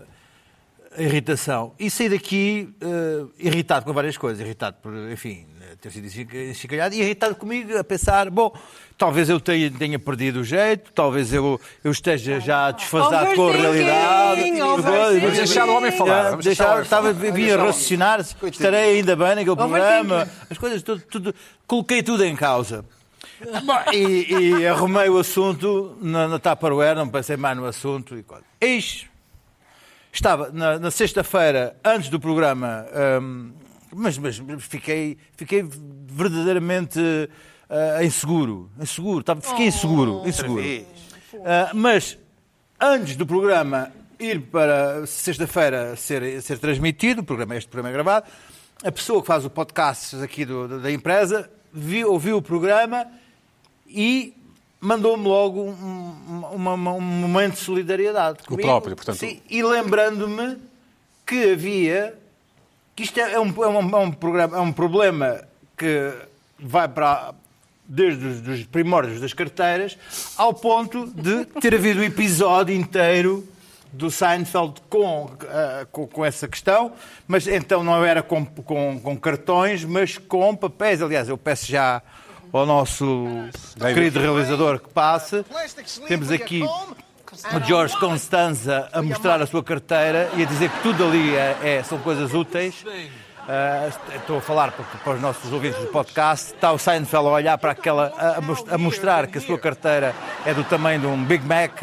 Speaker 5: irritação. E saí daqui eh, irritado com várias coisas. Irritado por, enfim, ter sido enchi- encicalhado e irritado comigo a pensar, bom, talvez eu tenha, tenha perdido o jeito, talvez eu, eu esteja já desfasado com a
Speaker 4: Overthinking,
Speaker 5: realidade.
Speaker 4: overthinking.
Speaker 1: Vamos deixar o homem falar,
Speaker 5: Eh,
Speaker 1: vamos deixar o
Speaker 5: Deixar,
Speaker 1: homem
Speaker 5: estava,
Speaker 1: falar.
Speaker 5: vim a raciocinar, estarei ainda bem naquele programa. As coisas, tudo, tudo- coloquei tudo em causa. Bom, e, e arrumei o assunto na, na Tupperware, não pensei mais no assunto e coisa. Eis Estava na, na sexta-feira, antes do programa, hum, mas, mas fiquei, fiquei verdadeiramente ah, inseguro. Inseguro, estava- fiquei inseguro. inseguro. Ah, mas antes do programa ir para sexta-feira ser, ser transmitido, o programa, este programa é gravado, a pessoa que faz o podcast aqui do- da- da empresa viu, ouviu o programa e mandou-me logo um, uma- uma- um momento de solidariedade. comigo.
Speaker 1: próprio, portanto.
Speaker 5: Sim, e lembrando-me que havia. que isto é é um, é um- é um programa, é um problema que vai para. desde os dos primórdios das carteiras, ao ponto de ter havido um episódio inteiro. Do Seinfeld com, ah, com, com essa questão, mas então não era com, com, com cartões, mas com papéis. Aliás, eu peço já ao nosso querido realizador que passe. Temos aqui o Jorge Constanza a mostrar a sua carteira e a dizer que tudo ali é, é- são coisas úteis. Ah, estou a falar para, para os nossos ouvintes do podcast. Está o Seinfeld a olhar para aquela, a- a, mos- a mostrar que a sua carteira é do tamanho de um Big Mac.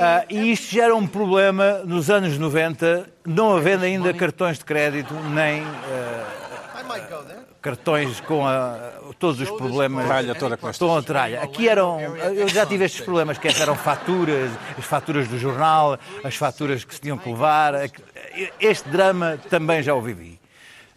Speaker 5: Ah, e isto gera um problema nos anos 90, não havendo ainda cartões de crédito nem ah, cartões com a- todos os problemas.
Speaker 1: Tralha toda que nós
Speaker 5: Estão a tralha. Aqui eram. Eu já tive estes problemas, que eram faturas, as faturas do jornal, as faturas que se tinham que levar. Este drama também já o vivi.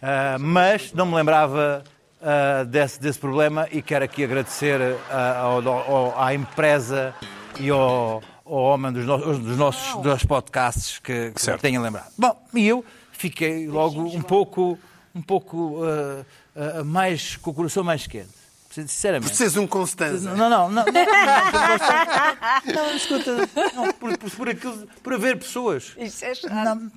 Speaker 5: Ah, mas não me lembrava ah, desse, desse problema e quero aqui agradecer ah, ao- ao- à empresa e ao, ao homem dos, no- dos nossos dos podcasts que, que
Speaker 1: Certo.
Speaker 5: tenha lembrado. Bom, e eu fiquei logo um pouco, um pouco ah, ah, mais, com o coração mais quente. Sinceramente.
Speaker 2: Precisas um Constanza.
Speaker 5: Não, não, não. Não, não, não, não, escuta. Não, por, por, por aquilo, por haver pessoas.
Speaker 4: Isso é chato.
Speaker 5: Não,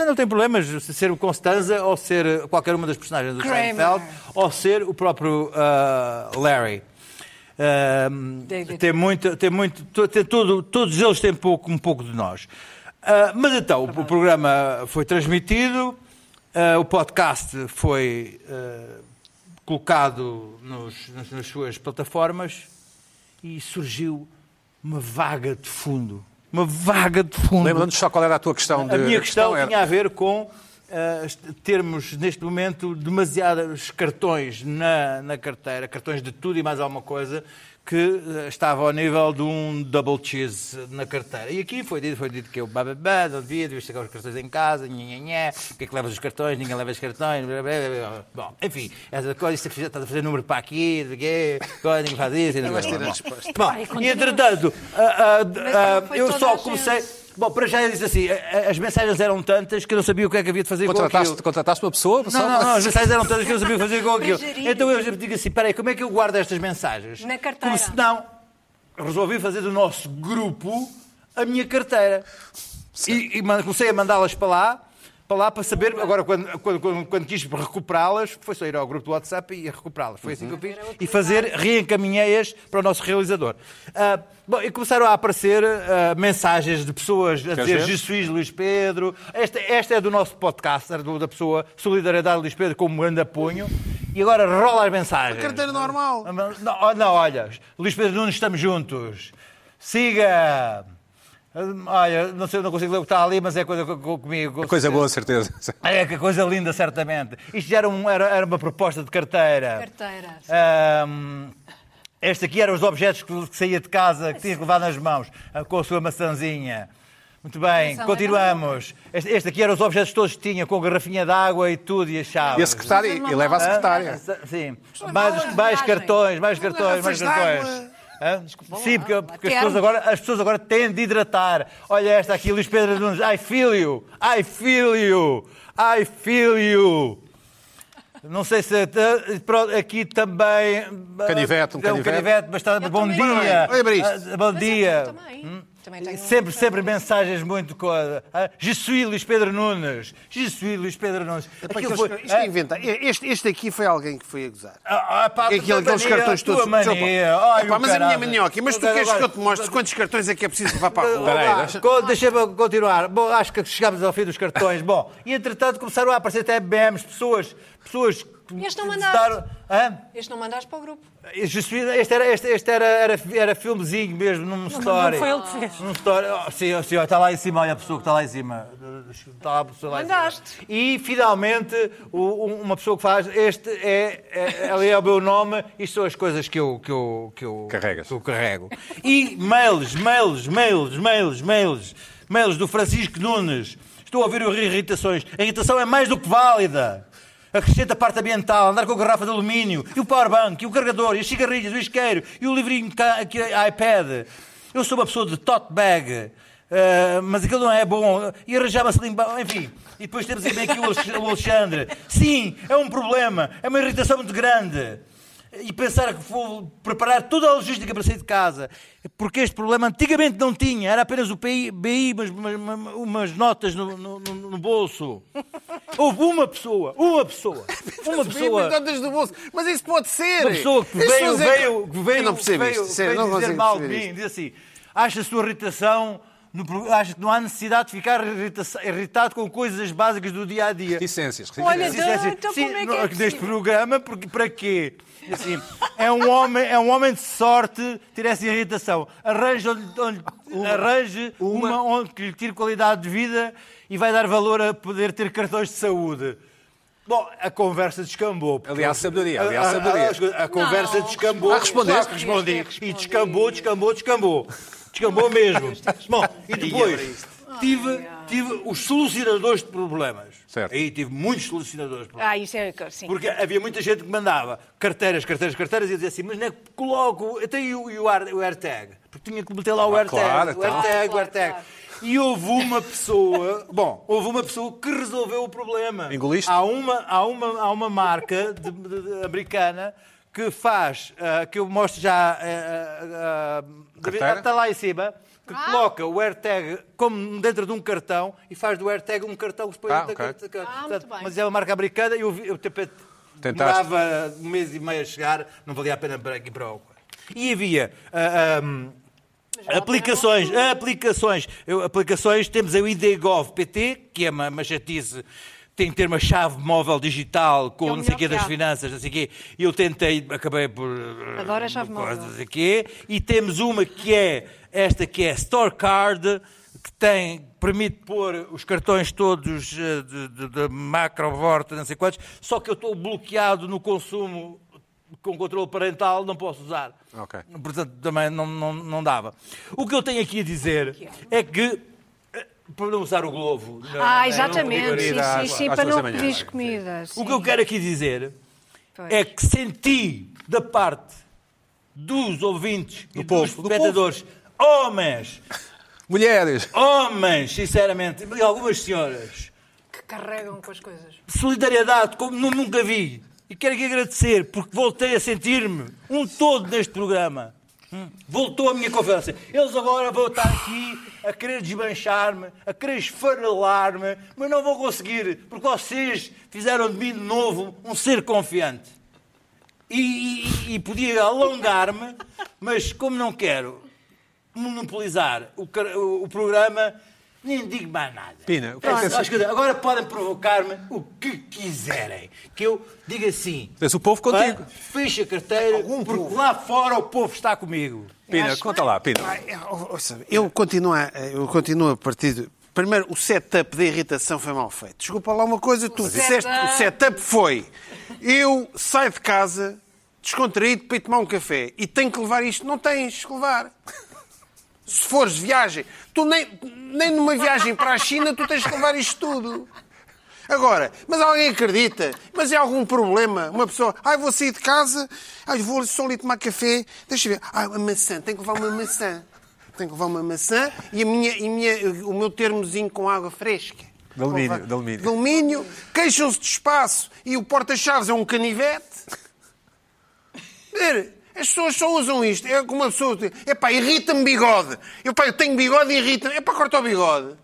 Speaker 5: eu não tem problemas se ser o Constanza ou ser qualquer uma das personagens do
Speaker 4: Kramer.
Speaker 5: Seinfeld ou ser o próprio ah, Larry. Ah,
Speaker 4: David.
Speaker 5: tem muito, tem muito, to- tem todo, todos eles têm pouco, um pouco de nós. Ah, mas então, o, o programa foi transmitido, ah, o podcast foi ah, colocado nos- nas, nas suas plataformas e surgiu uma vaga de fundo. Uma vaga de fundo.
Speaker 1: Lembrando-nos só qual era a tua questão. De...
Speaker 5: A minha questão
Speaker 1: era-
Speaker 5: tinha a ver com ah, est- termos, neste momento, demasiados cartões na, na carteira, cartões de tudo e mais alguma coisa, que ah, estava ao nível de um double cheese na carteira. E aqui foi dito, foi dito que eu bababá, não devia, devia chegar os cartões em casa, nhanhanhé, porque é que levas os cartões, ninguém leva os cartões, blá, blá, blá, blá. Bom, enfim, essa coisa, isso é fazer- estás a fazer número para aqui, não sei o quê, coisa, ninguém faz isso. e não sei o quê. Bom, bom, e entretanto, ah, ah, d- ah,
Speaker 4: foi
Speaker 5: eu
Speaker 4: toda a
Speaker 5: só
Speaker 4: gente.
Speaker 5: comecei... Bom, para já eu disse assim, a- a- as mensagens eram tantas que eu não sabia o que é que havia de fazer com aquilo.
Speaker 1: Contrataste, contrataste uma pessoa? só-
Speaker 5: Não, não, não, as mensagens eram tantas que eu não sabia o que fazer
Speaker 4: [LAUGHS]
Speaker 5: com aquilo.
Speaker 4: Para gerir.
Speaker 5: Então eu já digo assim, peraí, como é que eu guardo estas mensagens?
Speaker 4: Na carteira.
Speaker 5: Como se não, resolvi fazer do nosso grupo a minha carteira. E, e man- comecei a mandá-las para lá, para lá para saber, agora quando, quando, quando, quando quis recuperá-las, foi só ir ao grupo do WhatsApp e recuperá-las. Foi assim que eu fiz. E fazer, reencaminhei-as para o nosso realizador. Ah, bom, e começaram a aparecer ah, mensagens de pessoas a dizer
Speaker 1: ver?
Speaker 5: "Je suis Luís Pedro. Esta, esta é do nosso podcaster, do- da pessoa Solidariedade Luís Pedro, como anda punho. E agora rola as mensagens.
Speaker 2: Carteira normal.
Speaker 5: Não, ó, não, olha, Luís Pedro Nunes, estamos juntos. Siga! Hum, Olha, não sei, não consigo ler o que está ali, mas é coisa co- co- comigo.
Speaker 1: Coisa boa, certeza.
Speaker 5: É que coisa linda, certamente. Isto já era, um- era- era uma proposta de carteira.
Speaker 4: Carteira.
Speaker 5: É Ahm, este aqui eram os objetos que, que saía de casa, que tinha que levar nas mãos, ah, com a sua maçãzinha. Muito bem,
Speaker 4: Maçã
Speaker 5: continuamos. Este, este aqui eram os objetos todos que tinha, com a garrafinha de água e tudo, e a chave.
Speaker 1: [LAUGHS] E a secretária, e leva a
Speaker 5: Hã?
Speaker 1: secretária.
Speaker 5: Ah, Sim. Mais, mais cartões, mais cartões, mais cartões. Hã? Sim, porque, porque as, pessoas agora, as pessoas agora têm de hidratar. Olha esta aqui, Luís Pedro Nunes. I feel you, I feel you, I feel you. Não sei se. eh, pronto, Aqui também. eh,
Speaker 1: Canivete, um
Speaker 5: é
Speaker 1: canivete.
Speaker 5: mas está. Bom
Speaker 4: também.
Speaker 5: dia.
Speaker 2: Olha para isto.
Speaker 5: Ah, Bom
Speaker 4: Mas
Speaker 5: dia. Hum?
Speaker 4: eu também. Também tenho um-
Speaker 5: Sempre, sempre mensagens muito coisa. Ah, Je suis Luís Pedro Nunes. Je suis Luís Pedro Nunes.
Speaker 2: Epá,
Speaker 5: Aquilo
Speaker 2: aqueles-
Speaker 5: foi-
Speaker 2: Isto é inventar. Este, este aqui foi alguém que foi a gozar.
Speaker 5: Ah, ah, pá,
Speaker 2: É aquele, aqueles cartões todos.
Speaker 5: Mania.
Speaker 2: Desculpa.
Speaker 5: Ai,
Speaker 2: Epá,
Speaker 5: o
Speaker 2: mas a minha
Speaker 5: caralho.
Speaker 2: manhoca, mas tu
Speaker 5: Agora,
Speaker 2: queres que eu
Speaker 5: agora,
Speaker 2: te mostre quantos cartões é que é preciso levar para a rua?
Speaker 1: Peraí,
Speaker 5: agora,
Speaker 1: deixa-
Speaker 5: co- Deixa-me continuar. Bom, acho que chegámos ao fim dos cartões. Bom, e entretanto começaram a aparecer até BMs, pessoas, pessoas que
Speaker 4: Este não
Speaker 5: que
Speaker 4: mandaste.
Speaker 5: daram- Hã?
Speaker 4: Este não mandaste para o grupo.
Speaker 5: Je suis- Este, era, este, este era, era, era filmezinho mesmo, num story.
Speaker 3: foi ele que fez.
Speaker 5: Num story. Oh, sim, oh, sim, oh, está lá em cima, olha a pessoa que está lá em cima. Está lá a pessoa lá em cima.
Speaker 4: Mandaste.
Speaker 5: E finalmente, o- um- uma pessoa que faz, este é, é, ali é o meu nome, isto são as coisas que eu, que eu, que eu,
Speaker 1: Carregas.
Speaker 5: que eu carrego. E mails, mails, mails, mails, mails, mails do Francisco Nunes. Estou a ouvir o Rio Irritações. A irritação é mais do que válida. Acrescenta a parte ambiental, andar com a garrafa de alumínio, e o powerbank, e o carregador, e as cigarrilhas, o isqueiro, e o livrinho de ca- que- é iPad. Eu sou uma pessoa de tote bag, eh, mas aquilo não é bom. E arranjar uma slimba, enfim. E depois temos também aqui o Alex- o Alexandre. Sim, é um problema, é uma irritação muito grande e pensar que vou preparar toda a logística para sair de casa, porque este problema antigamente não tinha, era apenas o PI, BI, mas, mas- mas- umas notas no, no- no-
Speaker 2: [LAUGHS]
Speaker 5: no bolso. Houve uma pessoa, uma pessoa, uma pessoa,
Speaker 2: Notas do bolso. Mas isso pode ser.
Speaker 5: uma pessoa que
Speaker 2: As
Speaker 5: veio,
Speaker 2: pessoas é que-
Speaker 5: veio, que veio,
Speaker 2: Eu não percebo
Speaker 5: que
Speaker 2: isto.
Speaker 5: veio,
Speaker 2: sério,
Speaker 5: veio
Speaker 2: não
Speaker 5: dizer
Speaker 2: consigo
Speaker 5: mal de
Speaker 2: perceber isto.
Speaker 5: mim, diz assim, acha a sua irritação, no pro- acha que não há necessidade de ficar irrita- irritado com coisas básicas do dia-a-dia.
Speaker 1: Reticências.
Speaker 4: Olha,
Speaker 1: reticências.
Speaker 5: Sim, sim, sim.
Speaker 4: então
Speaker 5: assim, Sim,
Speaker 4: como é que
Speaker 5: no-
Speaker 4: é
Speaker 5: Neste
Speaker 4: possível?
Speaker 5: programa, porque, para quê? Assim, é, um homem, é um homem de sorte ter essa irritação. Arranje, onde, onde- arranje uma. onde que lhe tire qualidade de vida e vai dar valor a poder ter cartões de saúde. Bom, a conversa descambou. porque-
Speaker 1: Aliás, sabedoria,
Speaker 5: A-
Speaker 1: aliás,
Speaker 5: a- a-
Speaker 1: sabedoria.
Speaker 5: ah, A, conversa descambou.
Speaker 1: Ah, respondeste?
Speaker 5: Claro que respondi. E descambou, descambou, descambou. Descambou mesmo. Bom, e depois, tive, tive os solucionadores de problemas.
Speaker 1: Certo.
Speaker 5: Aí tive muitos solucionadores de problemas.
Speaker 4: Ah, isso é. Sim.
Speaker 5: Porque havia muita gente que mandava carteiras, carteiras, carteiras e dizia assim, mas não é que coloco, até e o, e o, ar- o AirTag? Porque tinha que meter lá o AirTag,
Speaker 1: claro,
Speaker 5: o
Speaker 1: então.
Speaker 5: AirTag,
Speaker 4: Claro,
Speaker 5: o AirTag.
Speaker 4: claro.
Speaker 5: E houve uma pessoa, [LAUGHS] bom, houve uma pessoa que resolveu o problema.
Speaker 1: Engoliste?
Speaker 5: Há uma, há uma, há uma marca de- de- de- americana que faz, ah, que eu mostro já, ah, ah, ah,
Speaker 1: Carteira?
Speaker 5: está lá em cima, que
Speaker 4: Ah.
Speaker 5: coloca o AirTag como dentro de um cartão e faz do AirTag um cartão que se põe
Speaker 1: Ah,
Speaker 5: dentro
Speaker 1: ok.
Speaker 5: da carteira.
Speaker 4: Ah, muito
Speaker 5: Portanto,
Speaker 4: bem.
Speaker 5: Mas é uma marca americana e eu, vi- eu tipo,
Speaker 1: Tentaste.
Speaker 5: demorava um mês e meio a chegar, não valia a pena para aqui para Auckland. E havia ah, ahm, aplicações, aplicações, eu- aplicações, temos a IDGov PT, que é uma, uma chatice, tem que ter uma chave móvel digital com
Speaker 4: É o
Speaker 5: não sei o quê
Speaker 4: melhor
Speaker 5: das
Speaker 4: que há.
Speaker 5: finanças, não sei o quê. E eu tentei, acabei por... ah,
Speaker 4: Adoro a chave móvel.
Speaker 5: não sei o quê. E temos uma que é, esta que é Store Card, que tem, permite pôr os cartões todos eh, de, de, de macro, vorta, não sei quantos, só que eu estou bloqueado no consumo com controle parental, não posso usar.
Speaker 1: Ok.
Speaker 5: Portanto, também não, não, não dava. O que eu tenho aqui a dizer é que, eh, para não usar o globo... na-
Speaker 4: Ah,
Speaker 5: na-
Speaker 4: exatamente. Sim, sim,
Speaker 1: às-
Speaker 4: sim,
Speaker 1: às duas da
Speaker 4: para não
Speaker 1: manhã.
Speaker 4: pedir comida.
Speaker 5: o
Speaker 4: sim.
Speaker 5: que eu quero aqui dizer
Speaker 4: Pois.
Speaker 5: é que senti da parte dos ouvintes e
Speaker 1: Do povo,
Speaker 5: dos
Speaker 1: do povo.
Speaker 5: espectadores, homens,
Speaker 1: Mulheres!
Speaker 5: homens, sinceramente, e algumas senhoras,
Speaker 4: Que carregam com as coisas.
Speaker 5: solidariedade como nu- nunca vi. E quero aqui agradecer porque voltei a sentir-me um todo neste programa. Hum, Voltou a minha confiança. Eles agora vão estar aqui a querer desmanchar-me, a querer esfarelar-me, mas não vão conseguir, porque vocês fizeram de mim de novo um ser confiante. E, e- e podia alongar-me, mas como não quero monopolizar o, car- o- o programa, nem digo mais nada.
Speaker 1: Pina, o que é que
Speaker 5: Pronto,
Speaker 1: tens-
Speaker 5: acho que- agora podem provocar-me o que quiserem. Que eu diga assim.
Speaker 1: Tens o povo contigo.
Speaker 5: "Ah, Fecha a carteira, porque lá fora o povo está comigo.
Speaker 1: Pina, conta lá, Pina.
Speaker 2: Ah, eu- ouça, Eu continuo, a- eu continuo a partir. de- Primeiro, o setup da irritação foi mal feito. Desculpa lá uma coisa, tu disseste que o setup foi. Eu saio de casa descontraído para ir tomar um café e tenho que levar isto. Não tens que levar. Se fores de viagem, tu nem, nem numa viagem para a China tu tens que levar isto tudo. Agora, mas alguém acredita? Mas é algum problema? Uma pessoa, ai, vou sair de casa, ai, vou só ali tomar café, deixa eu ver, ai, uma maçã, tenho que levar uma maçã. Tenho que levar uma maçã e, a minha, e a minha- o meu termozinho com água fresca.
Speaker 1: De alumínio,
Speaker 2: Vou levar-
Speaker 1: de alumínio.
Speaker 2: De alumínio, queixam-se de espaço e o porta-chaves é um canivete. Ver, as pessoas só usam isto. É como uma pessoa diz, epá, irrita-me bigode. Eu, pá, eu tenho bigode e irrita-me. Epá, corta o bigode.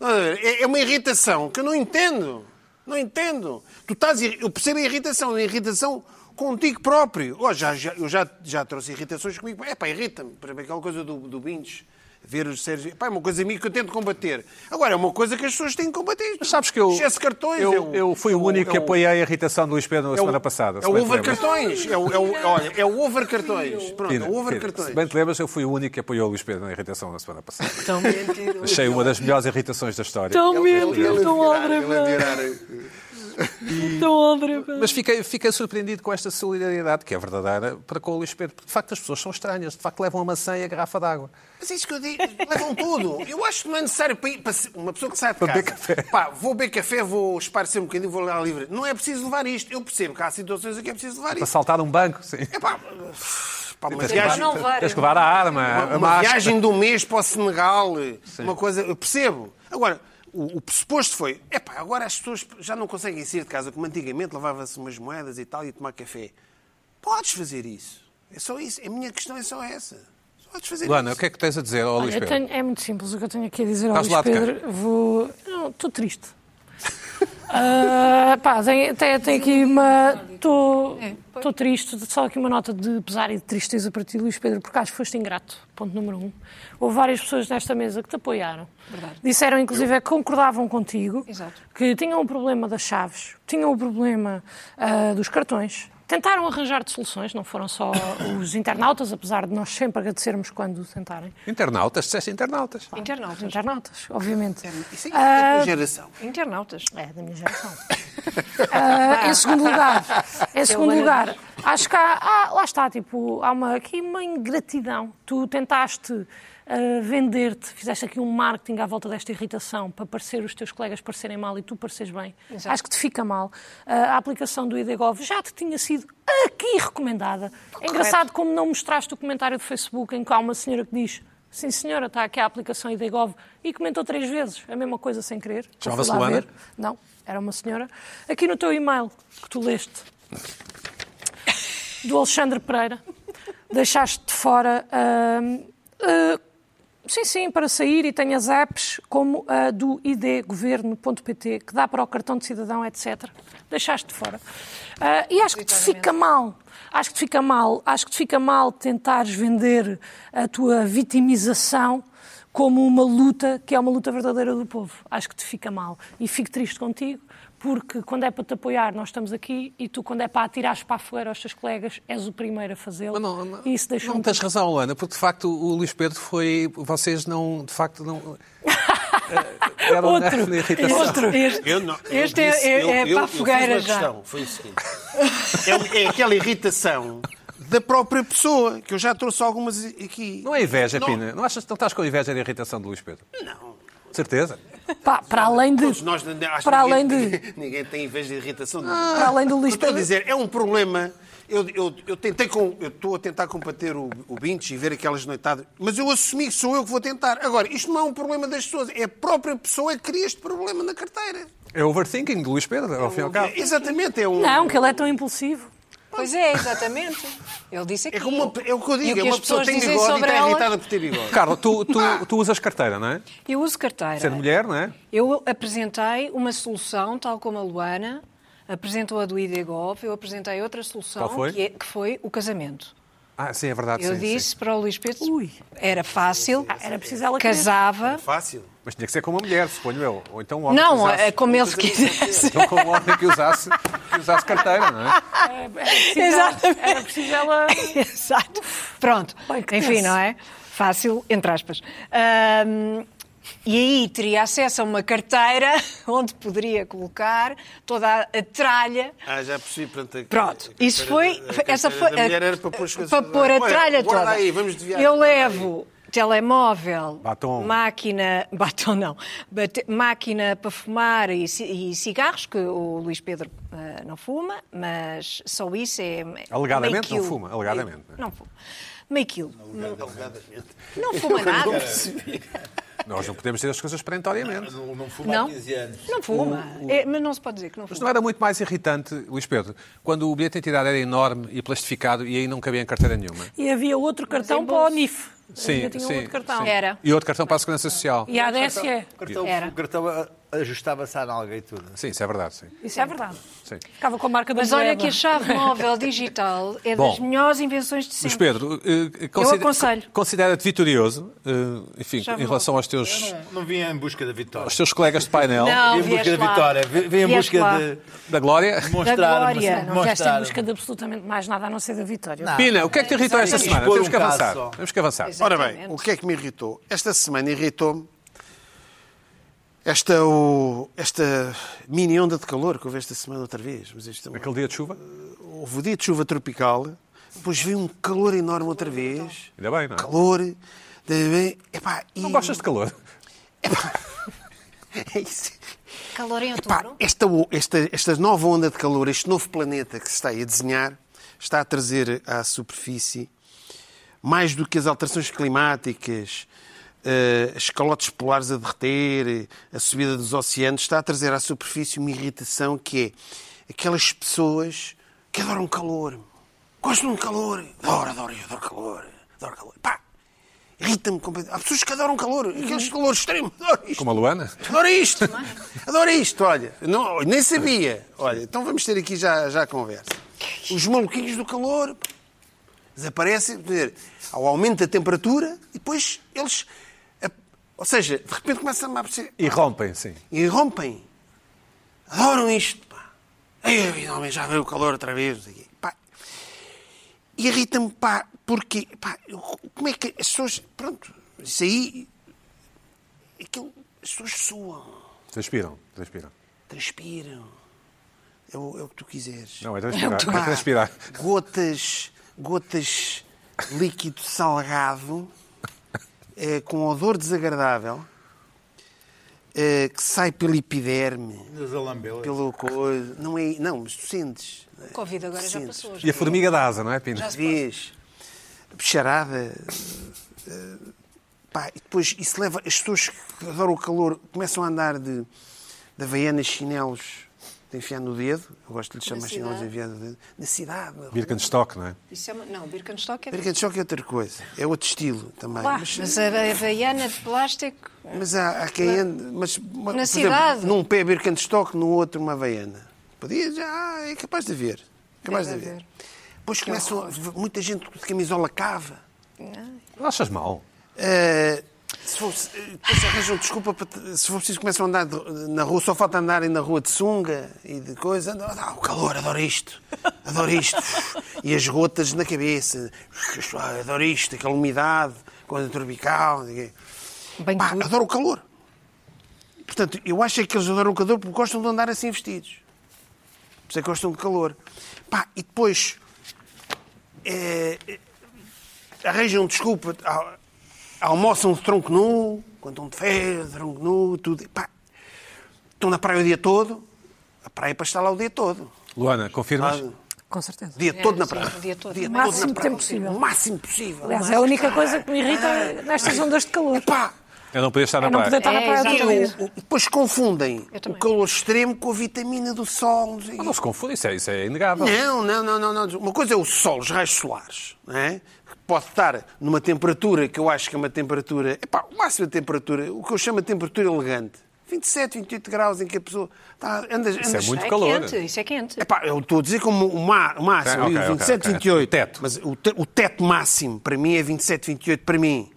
Speaker 2: Estás a ver? É é uma irritação que eu não entendo. Não entendo. Tu estás, irri- eu percebo a irritação, a irritação contigo próprio. Oh, já, já- eu já, já trouxe irritações comigo. É pá, irrita-me. Por exemplo, Aquela coisa do, do Binge, ver os séries. Epá, é uma coisa minha que eu tento combater. Agora, é uma coisa que as pessoas têm que combater.
Speaker 1: Mas sabes que eu.
Speaker 2: Excesso de cartões. é
Speaker 1: Eu,
Speaker 2: o-
Speaker 1: eu fui
Speaker 2: é
Speaker 1: o único que
Speaker 2: é o-
Speaker 1: apoiei a irritação do Luís Pedro na
Speaker 2: é o-
Speaker 1: semana passada.
Speaker 2: É
Speaker 1: se
Speaker 2: o
Speaker 1: bem te
Speaker 2: over
Speaker 1: lembras.
Speaker 2: cartões. É o, é o- olha, é o over cartões. Pronto, é
Speaker 1: Pina,
Speaker 2: o over
Speaker 1: Pina,
Speaker 2: cartões.
Speaker 1: Se bem te lembras, eu fui o único que apoiou o Luís Pedro na irritação na semana passada.
Speaker 4: Tão mentiroso.
Speaker 1: Achei uma das melhores irritações da história.
Speaker 3: Tão mentiroso, tão
Speaker 2: Ele
Speaker 3: aldrabão,
Speaker 2: virar-
Speaker 3: tão aldrabão.
Speaker 1: Mas fiquei, fiquei surpreendido com esta solidariedade, que é verdadeira, para com o Luís Pedro. Porque, de facto, as pessoas são estranhas. De facto, levam a maçã e a garrafa d'água.
Speaker 2: Mas é isso que eu digo, levam tudo. Eu acho que não é necessário para, ir- para se- uma pessoa que sai de
Speaker 1: Para
Speaker 2: casa.
Speaker 1: beber café.
Speaker 2: Pá, vou beber café, vou esparecer um bocadinho, vou lá livre. Não é preciso levar isto. Eu percebo que há situações em que é preciso levar
Speaker 1: Para
Speaker 2: isto.
Speaker 1: saltar um banco, sim.
Speaker 2: É pá, é pá, uma
Speaker 1: Tens que
Speaker 2: viagem,
Speaker 1: levar-
Speaker 4: não levar.
Speaker 1: tens que levar a arma,
Speaker 2: uma,
Speaker 1: a
Speaker 2: uma
Speaker 1: máscara.
Speaker 2: viagem de um mês para o Senegal, uma coisa, eu percebo. Agora, o, o pressuposto foi, é pá, agora as pessoas já não conseguem sair de casa, como antigamente levava-se umas moedas e tal e tomar café. Podes fazer isso. É só isso. A minha questão é só essa. Podes fazer
Speaker 1: Luana, o
Speaker 2: isso.
Speaker 1: que é que tens a dizer ao Luís
Speaker 3: Olha, eu
Speaker 1: Pedro?
Speaker 3: tenho- é muito simples o que eu tenho aqui a dizer ao
Speaker 1: Estás
Speaker 3: Luís
Speaker 1: lá de
Speaker 3: Pedro. Vou. Não, estou triste.
Speaker 1: [LAUGHS]
Speaker 3: Ah, pá, tenho, até- tenho aqui uma. Estou
Speaker 4: É,
Speaker 3: estou triste. Só aqui uma nota de pesar e de tristeza para ti, Luís Pedro, porque acho que foste ingrato. Ponto número um. Houve várias pessoas nesta mesa que te apoiaram.
Speaker 4: Verdade.
Speaker 3: Disseram, inclusive, é que concordavam contigo,
Speaker 4: Exato.
Speaker 3: que tinham o problema das chaves, tinham o problema ah, dos cartões. Tentaram arranjar-te soluções, não foram só os internautas, apesar de nós sempre agradecermos quando tentarem.
Speaker 1: Internautas, disseste internautas.
Speaker 5: Ah.
Speaker 3: Os
Speaker 4: Internautas.
Speaker 3: internautas, obviamente.
Speaker 2: Isso é que é a tua geração.
Speaker 4: Internautas.
Speaker 3: É, da minha geração. [LAUGHS] Ah, em segundo lugar, em segundo lugar acho que há, há- lá está, tipo, há uma, aqui uma ingratidão. Tu tentaste a vender-te, fizeste aqui um marketing à volta desta irritação para parecer os teus colegas parecerem mal e tu pareces bem, acho que te fica mal. Ah, a aplicação do IDGov já te tinha sido aqui recomendada. É engraçado como não mostraste o comentário do Facebook em que há uma senhora que diz Sim, senhora, está aqui a aplicação IDGov e comentou três vezes a mesma coisa sem querer.
Speaker 1: Chamava-se
Speaker 3: Eu fui lá
Speaker 1: Luana?
Speaker 3: ver. Não, era uma senhora. Aqui no teu e-mail que tu leste, do Alexandre Pereira, deixaste de fora. hum, hum, sim, sim, para sair e tem as apps como a do idgoverno.pt, que dá para o cartão de cidadão, etc. Deixaste de fora. Ah, e acho que te fica mal. Acho que te fica mal. Acho que te fica mal tentares vender a tua vitimização como uma luta que é uma luta verdadeira do povo. Acho que te fica mal. E fico triste contigo, porque quando é para te apoiar, nós estamos aqui, e tu, quando é para atirar para a fogueira aos teus colegas, és o primeiro a fazê-lo.
Speaker 1: Mas não, não,
Speaker 3: E isso deixa um
Speaker 1: não tens razão, Luana, porque de facto o Luís Pedro foi. Vocês não, de facto,
Speaker 3: [LAUGHS]
Speaker 1: não. eh, eram
Speaker 3: Outro.
Speaker 1: na irritação.
Speaker 4: Este,
Speaker 2: Eu não- eu
Speaker 4: este é-
Speaker 2: disse-
Speaker 4: é,
Speaker 2: eu-
Speaker 4: é
Speaker 2: eu-
Speaker 4: para
Speaker 2: eu
Speaker 4: a
Speaker 2: fiz
Speaker 4: fogueira
Speaker 2: uma
Speaker 4: já.
Speaker 2: questão, Foi o seguinte. [LAUGHS] É, é aquela irritação da própria pessoa, que eu já trouxe algumas aqui.
Speaker 1: Não é inveja,
Speaker 2: Não.
Speaker 1: Pina. Não achas que não estás com inveja da irritação do Luís Pedro?
Speaker 2: Não.
Speaker 1: Certeza?
Speaker 3: Pá, para além de.
Speaker 2: Todos nós, acho que
Speaker 3: para além
Speaker 2: ninguém,
Speaker 3: de.
Speaker 2: Ninguém tem [LAUGHS] inveja de irritação. não.
Speaker 4: Ah,
Speaker 3: Para além do
Speaker 2: Eu
Speaker 3: Luís
Speaker 2: estou a
Speaker 3: Pedro.
Speaker 2: dizer, é um problema. Eu, eu, eu tentei com, eu estou a tentar combater o, o Bintes e ver aquelas noitadas, mas eu assumi que sou eu que vou tentar. Agora, isto não é um problema das pessoas, é a própria pessoa que cria este problema na carteira.
Speaker 1: É overthinking do Luís Pedro, ao fim e ao cabo.
Speaker 2: É, exatamente, é um.
Speaker 3: Não, que ele é tão impulsivo.
Speaker 4: Pois é, exatamente. Ele disse aqui.
Speaker 2: É, como uma, é o que eu
Speaker 4: E
Speaker 2: digo,
Speaker 4: que
Speaker 2: é uma
Speaker 4: as
Speaker 2: pessoa que
Speaker 4: pessoas
Speaker 2: tem
Speaker 4: dizem
Speaker 2: bigode e
Speaker 4: sobre
Speaker 2: está
Speaker 4: ela-
Speaker 2: irritada por ter bigode.
Speaker 1: Carla, tu,
Speaker 2: [LAUGHS]
Speaker 1: tu, tu usas carteira, não é?
Speaker 4: Eu uso carteira.
Speaker 1: Sendo mulher, não é?
Speaker 4: Eu apresentei uma solução, tal como a Luana apresentou a do IDGOV, eu apresentei outra solução,
Speaker 1: Qual foi?
Speaker 4: Que, é- que foi o casamento.
Speaker 1: Ah, sim, é verdade.
Speaker 4: Eu
Speaker 1: sim,
Speaker 4: disse
Speaker 1: sim.
Speaker 4: para o Luís Pedro,
Speaker 3: Ui.
Speaker 4: era fácil,
Speaker 3: Ah, era preciso ela querer.
Speaker 4: casava,
Speaker 2: Fácil.
Speaker 1: Mas tinha que ser com uma mulher, suponho eu. Ou então um homem que
Speaker 4: não,
Speaker 1: usasse.
Speaker 4: é como ele se [LAUGHS] quisesse.
Speaker 1: Então com um homem que usasse, que usasse carteira, não é?
Speaker 3: Era preciso ela-
Speaker 4: Exatamente.
Speaker 3: Então, Era preciso ela.
Speaker 4: [LAUGHS] Exato. Pronto.
Speaker 3: Bem, que
Speaker 4: Enfim,
Speaker 3: tenso.
Speaker 4: não é? Fácil, entre aspas. Ahm, e aí teria acesso a uma carteira [LAUGHS] onde poderia colocar toda a- a tralha
Speaker 2: Ah, já percebi. Pronto, a-
Speaker 4: Pronto,
Speaker 2: a
Speaker 4: isso foi.
Speaker 2: carteira- a
Speaker 4: essa
Speaker 2: carteira
Speaker 4: foi
Speaker 2: da mulher era para pôr as coisas
Speaker 4: para pôr a
Speaker 2: Olha,
Speaker 4: tralha
Speaker 2: guarda
Speaker 4: toda. é
Speaker 2: aí, vamos desviar. um
Speaker 4: Eu
Speaker 2: Guarda aí.
Speaker 4: levo telemóvel,
Speaker 1: Batom.
Speaker 4: máquina, [LAUGHS] batom não, bate- máquina para fumar e, ci- e cigarros, que o Luís Pedro eh, não fuma, mas só isso é.
Speaker 1: Alegadamente
Speaker 4: meio
Speaker 1: não
Speaker 4: quilo.
Speaker 1: fuma, alegadamente, né?
Speaker 4: Meio- Não fuma. Meio quilo.
Speaker 2: Alegadamente.
Speaker 4: Não fuma nada.
Speaker 1: Nós não podemos ter as coisas perentoriamente.
Speaker 5: Não, não fuma
Speaker 4: Não,
Speaker 5: há 15 anos.
Speaker 4: não fuma. É, mas não se pode dizer que não
Speaker 1: Mas
Speaker 4: fuma.
Speaker 1: não era muito mais irritante, Luís Pedro, quando o bilhete de entidade era enorme e plastificado e aí não cabia em carteira nenhuma?
Speaker 3: E havia outro cartão
Speaker 4: em
Speaker 3: para o
Speaker 4: bolso.
Speaker 3: NIF. Havia tinha um outro cartão.
Speaker 1: sim.
Speaker 4: Era.
Speaker 1: E outro cartão para a Segurança Social.
Speaker 3: E a ADSE. é.
Speaker 5: O cartão,
Speaker 4: Era.
Speaker 5: o cartão a- ajustava-se à nalga e tudo.
Speaker 1: Sim, isso é verdade, sim.
Speaker 3: Isso é verdade.
Speaker 1: sim.
Speaker 3: Ficava com a marca da
Speaker 4: Mas olha
Speaker 2: é
Speaker 3: moeda.
Speaker 4: que a
Speaker 2: [LAUGHS]
Speaker 4: chave móvel digital é
Speaker 1: Bom.
Speaker 4: das melhores invenções de
Speaker 1: Luís
Speaker 4: sempre.
Speaker 1: Pedro, eh, consider-
Speaker 4: aconselho.
Speaker 1: considera-te vitorioso, eh, enfim,
Speaker 4: Já
Speaker 1: em
Speaker 4: vou.
Speaker 1: relação aos teus,
Speaker 5: Não, não vinha em busca da vitória.
Speaker 1: aos teus colegas de painel,
Speaker 4: Não,
Speaker 5: Vinha em busca
Speaker 4: vieste
Speaker 5: da
Speaker 4: lá.
Speaker 5: vitória. vi- Vinha em
Speaker 4: Vieste
Speaker 5: busca
Speaker 4: lá.
Speaker 5: de
Speaker 1: da Glória.
Speaker 5: mostrar.
Speaker 4: glória.
Speaker 3: Não vieste em busca é de absolutamente mais nada a não ser da vitória.
Speaker 1: Pina, o que é que te irritou esta
Speaker 5: Exatamente.
Speaker 1: semana?
Speaker 5: Expor
Speaker 1: Temos
Speaker 5: um
Speaker 1: que
Speaker 5: caso
Speaker 1: avançar.
Speaker 5: só.
Speaker 1: Temos que avançar.
Speaker 2: Ora
Speaker 4: Exatamente.
Speaker 2: bem, o que é que me irritou? Esta semana irritou-me esta, o, esta mini onda de calor que houve esta semana outra vez. Mas isto, é um-
Speaker 1: Aquele dia de chuva?
Speaker 2: houve o dia de chuva tropical, depois veio um calor enorme outra vez.
Speaker 1: Ainda bem, não é?
Speaker 2: Calor. de- Epá, e...
Speaker 1: Não gostas de calor?
Speaker 2: [LAUGHS] É isso.
Speaker 4: Calor em
Speaker 2: Pá,
Speaker 4: outubro.
Speaker 2: esta, o- esta- esta nova onda de calor, este novo planeta que se está aí a desenhar, está a trazer à superfície, mais do que as alterações climáticas, eh, as calotes polares a derreter, eh, a subida dos oceanos, está a trazer à superfície uma irritação que é aquelas pessoas que adoram calor. Gostam de calor. Adoro, adoro, eu adoro calor. Adoro calor. Pá, irrita-me completamente. Há pessoas que adoram calor. Aqueles calor extremo. Adoro isto.
Speaker 1: Como a Luana?
Speaker 2: Adoro isto! Adoro isto, olha. Não, nem sabia. Olha, então vamos ter aqui já, já a conversa. Os maluquinhos do calor desaparecem quer dizer, ao aumento da temperatura e depois eles. a- Ou seja, de repente começam a aparecer.
Speaker 1: E rompem, sim.
Speaker 2: E rompem. Adoram isto. Pá. Ei, finalmente já veio o calor outra vez. não sei o quê. Pá. E Irrita-me, pá, porque. Pá, eu- como é que as pessoas. Pronto, isso aí. Aquilo, as pessoas suam
Speaker 1: Transpiram, transpiram.
Speaker 2: transpiram. É o, é o que tu quiseres.
Speaker 1: Não, é transpirar.
Speaker 2: Pá,
Speaker 1: É transpirar.
Speaker 2: Gotas, gotas, líquido salgado eh, com odor desagradável eh, que sai pelo epiderme, pelo coisa. Não, é, não é? mas tu sentes.
Speaker 4: O Covid agora já
Speaker 2: Sim.
Speaker 4: passou.
Speaker 1: E
Speaker 4: Já.
Speaker 1: a formiga da asa, não é, Pina?
Speaker 2: Vês. Bicharada. eh, pá, e depois isso leva. As pessoas que adoram o calor começam a andar de, de havaianas, chinelos, de enfiar no dedo. Eu gosto de lhe chamar chinelos de
Speaker 4: cidade.
Speaker 2: enfiar no dedo. Na cidade. na rua.
Speaker 1: Birkenstock, não é?
Speaker 4: Isso é uma... Não, Birkenstock é...
Speaker 2: Birkenstock é outra coisa. É outro estilo também.
Speaker 4: Lá,
Speaker 2: mas,
Speaker 4: mas a Havaiana de plástico...
Speaker 2: Mas há, há quem ande. Mas, na
Speaker 4: cidade.
Speaker 2: num pé Birkenstock, no outro uma Havaiana. Podia, já é capaz de haver. é Capaz de
Speaker 4: Deve
Speaker 2: haver.
Speaker 4: haver.
Speaker 2: Depois começam. Muita gente de camisola cava.
Speaker 1: Achas mal?
Speaker 2: Eh, se for, se- depois arranjam desculpa para te- se for preciso começam a andar de- na rua, só falta andarem na rua de sunga e de coisa. Andam, ah, o calor, adoro isto, adoro isto. E as gotas na cabeça, Ah, adoro isto, aquela umidade, coisa tropical. não sei o quê.
Speaker 4: Bem
Speaker 2: Pá,
Speaker 4: curto.
Speaker 2: adoro o calor. Portanto, eu acho é que eles adoram o calor porque gostam de andar assim vestidos. Por isso é que gostam de calor. Pá, e depois eh, eh, arranjam desculpa, al- almoçam de tronco nu, quando estão de férias, de tronco nu, tudo. Pá, estão na praia o dia todo. A praia é para estar lá o dia todo.
Speaker 1: Luana, confirmas?
Speaker 2: Ah.
Speaker 3: Com certeza.
Speaker 2: O dia todo na
Speaker 4: sim,
Speaker 2: praia.
Speaker 4: assim, o dia todo.
Speaker 3: O máximo
Speaker 2: na praia.
Speaker 3: tempo possível.
Speaker 2: O máximo possível.
Speaker 3: Aliás, é a única coisa que me irrita nestas ondas de calor.
Speaker 2: Pá,
Speaker 1: Eu não podia estar na
Speaker 3: É não
Speaker 1: praia.
Speaker 3: poder estar na
Speaker 4: É,
Speaker 3: praia
Speaker 4: exato.
Speaker 3: todo dia.
Speaker 2: O- Depois confundem
Speaker 4: Eu
Speaker 2: o
Speaker 4: também.
Speaker 2: calor extremo com a vitamina do sol. Não, sei o
Speaker 1: Não,
Speaker 2: quê.
Speaker 1: não se confunde, isso é, isso é inegável.
Speaker 2: não, não, não, não, não. Uma coisa é o sol, os raios solares, não é? Que Pode estar numa temperatura que eu acho que é uma temperatura. Epá, o máximo de temperatura, o que eu chamo de temperatura elegante. 27, 28 graus em que a pessoa está, anda,
Speaker 1: Isso é
Speaker 2: anda-
Speaker 1: muito
Speaker 4: é
Speaker 1: calor.
Speaker 4: quente, isso é quente.
Speaker 2: Epá, eu estou a dizer como o, ma- o máximo,
Speaker 1: Ok, ok,
Speaker 2: 27,
Speaker 1: ok.
Speaker 2: 28.
Speaker 1: O teto.
Speaker 2: Mas o, te- o teto máximo para mim é 27, 28 para mim.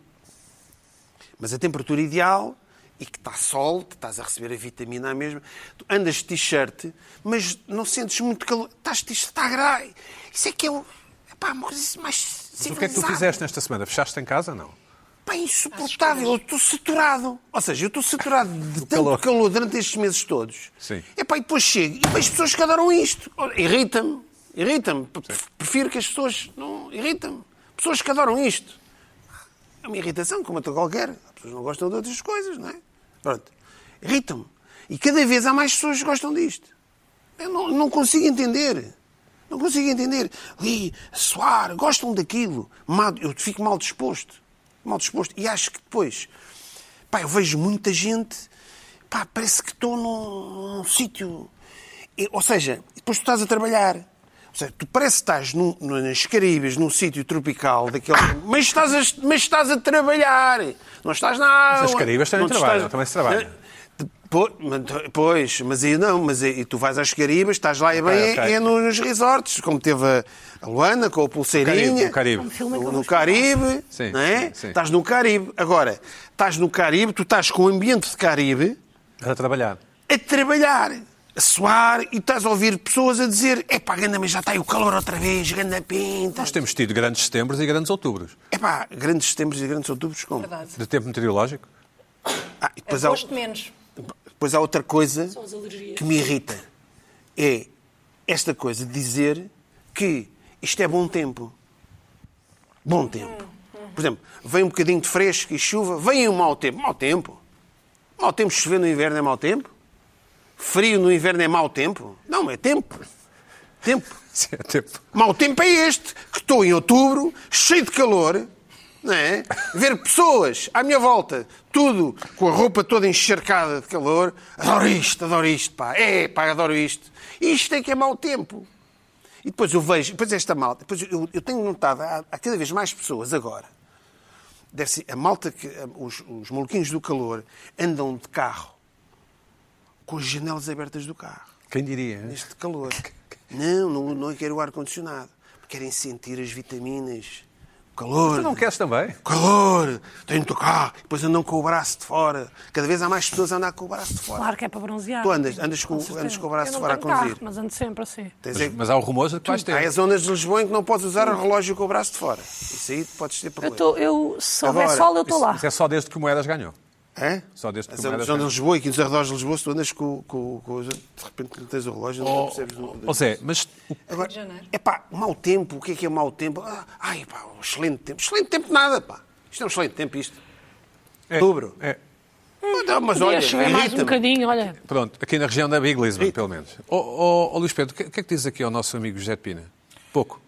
Speaker 2: Mas a temperatura ideal e que está sol, que estás a receber a vitamina A mesmo, tu andas de t-shirt, mas não sentes muito calor. Estás de t-shirt, está grave. Isso é que é o- epá, uma coisa mais
Speaker 1: Mas o que é que tu
Speaker 2: civilizada.
Speaker 1: fizeste nesta semana? Fechaste em casa ou não?
Speaker 2: Pá, é insuportável. Eu estou saturado. Ou seja, eu
Speaker 1: [LAUGHS]
Speaker 2: estou saturado de tanto
Speaker 1: calor.
Speaker 2: calor. durante estes meses todos.
Speaker 1: Sim.
Speaker 2: E, pá, e depois chego e vejo pessoas que adoram isto. Oh, Irrita-me. Irrita-me. P- Prefiro que as pessoas não... Irrita-me. Pessoas que adoram isto. É uma irritação, como outra qualquer. As pessoas não gostam de outras coisas, não é? Pronto. Irrita-me. E cada vez há mais pessoas que gostam disto. Eu não, não consigo entender. Não consigo entender. Ali, a suar, gostam daquilo. Mal- eu fico mal disposto. Mal disposto. E acho que depois. Pá, eu vejo muita gente. Pá, parece que estou num, num sítio. E, Ou seja, depois tu estás a trabalhar. Ou seja, tu parece que estás num- no- nas Caribas, num sítio tropical, daquele, mas, estás a, mas estás a trabalhar. Não estás na água.
Speaker 1: as Caribas também
Speaker 2: te Eh,
Speaker 1: trabalham, também se trabalha.
Speaker 2: Depois- mas tu- Pois, mas aí não, mas aí tu vais às Caribas, estás lá e bem, é-
Speaker 1: ok.
Speaker 2: é no- nos resorts, como teve a- a Luana com a
Speaker 1: Caribe,
Speaker 2: pulseirinha.
Speaker 1: no Caribe.
Speaker 3: É um Filme que eu
Speaker 2: No,
Speaker 3: vou
Speaker 2: no Caribe,
Speaker 1: Sim,
Speaker 2: não é?
Speaker 1: sim, sim.
Speaker 2: Estás no Caribe. Agora, estás no Caribe, tu estás com o ambiente de Caribe
Speaker 1: A trabalhar.
Speaker 2: a trabalhar, a suar e estás a ouvir pessoas a dizer: é pá, ganda, mas já está aí o calor outra vez, ganda pinta.
Speaker 1: Nós temos tido grandes setembros e grandes outubros.
Speaker 2: É pá, grandes setembros e grandes outubros, como?
Speaker 4: Verdade.
Speaker 1: De tempo meteorológico. [LAUGHS]
Speaker 2: Ah, e depois há o-
Speaker 4: Gosto menos.
Speaker 2: Depois há outra coisa que me irrita. É esta coisa de dizer que isto é bom tempo. Bom tempo. Por exemplo, vem um bocadinho de fresco e chuva, vem um mau tempo. Mau tempo. Mau tempo chover no inverno é mau tempo? Frio no inverno é mau tempo? Não, é tempo. Tempo.
Speaker 1: Sim, é tempo.
Speaker 2: Mau tempo é este, que estou em outubro, cheio de calor, não é? Ver pessoas à minha volta, tudo com a roupa toda encharcada de calor. Adoro isto, adoro isto, pá. É, pá, adoro isto. Isto é que é mau tempo. E depois eu vejo, depois esta malta, depois eu, eu tenho notado, há, há cada vez mais pessoas agora. Deve ser a malta que, os, os maluquinhos do calor, andam de carro com as janelas abertas do carro
Speaker 1: Quem diria? hein?
Speaker 2: neste
Speaker 1: [LAUGHS]
Speaker 2: calor. Não, não, não quero o ar-condicionado. Querem sentir as vitaminas. O calor.
Speaker 1: Tu não queres também?
Speaker 2: O calor. Tenho de tocar. Depois andam com o braço de fora. Cada vez há mais pessoas a andar com o braço de fora.
Speaker 3: Claro que é para bronzear.
Speaker 2: Tu andas- andas com-
Speaker 3: certeza.
Speaker 2: andas com o braço
Speaker 3: Eu não
Speaker 2: fora a
Speaker 3: tenho carro,
Speaker 2: conduzir.
Speaker 3: mas ando sempre assim.
Speaker 2: Tens é
Speaker 1: Mas,
Speaker 2: que-
Speaker 1: mas há o rumor de que vais
Speaker 2: Há as
Speaker 1: ter.
Speaker 2: zonas de Lisboa em que não podes usar o relógio com o braço de fora. Isso aí podes ter
Speaker 3: Eu,
Speaker 2: problema.
Speaker 3: tô, eu se houver
Speaker 2: Agora,
Speaker 3: sol, eu estou
Speaker 1: Isso,
Speaker 3: lá.
Speaker 1: isso é só desde que o Moedas ganhou.
Speaker 2: Hã?
Speaker 1: Só desde que
Speaker 2: As
Speaker 1: o Moedas
Speaker 2: zonas de
Speaker 1: ganhou.
Speaker 2: Lisboa e aqui nos arredores de Lisboa, se tu andas com, com, com- de repente tens o relógio, não
Speaker 1: Oh,
Speaker 2: percebes. o-
Speaker 1: Ou seja, mas o-
Speaker 2: Agora,
Speaker 4: Janeiro.
Speaker 2: é pá, mau tempo, o que é que é mau tempo? Ah, ai, pá, um excelente tempo. Excelente tempo nada, pá. Isto é um excelente tempo, isto. Outubro.
Speaker 1: É.
Speaker 2: Não, mas olha,
Speaker 3: Podia chover mais um
Speaker 2: irrita-me.
Speaker 3: bocadinho, olha.
Speaker 1: Pronto, aqui na região da Big Lisbon, pelo menos. Ó oh, Luís Pedro, o que, o que é que diz aqui ao nosso amigo José de Pina? Pouco.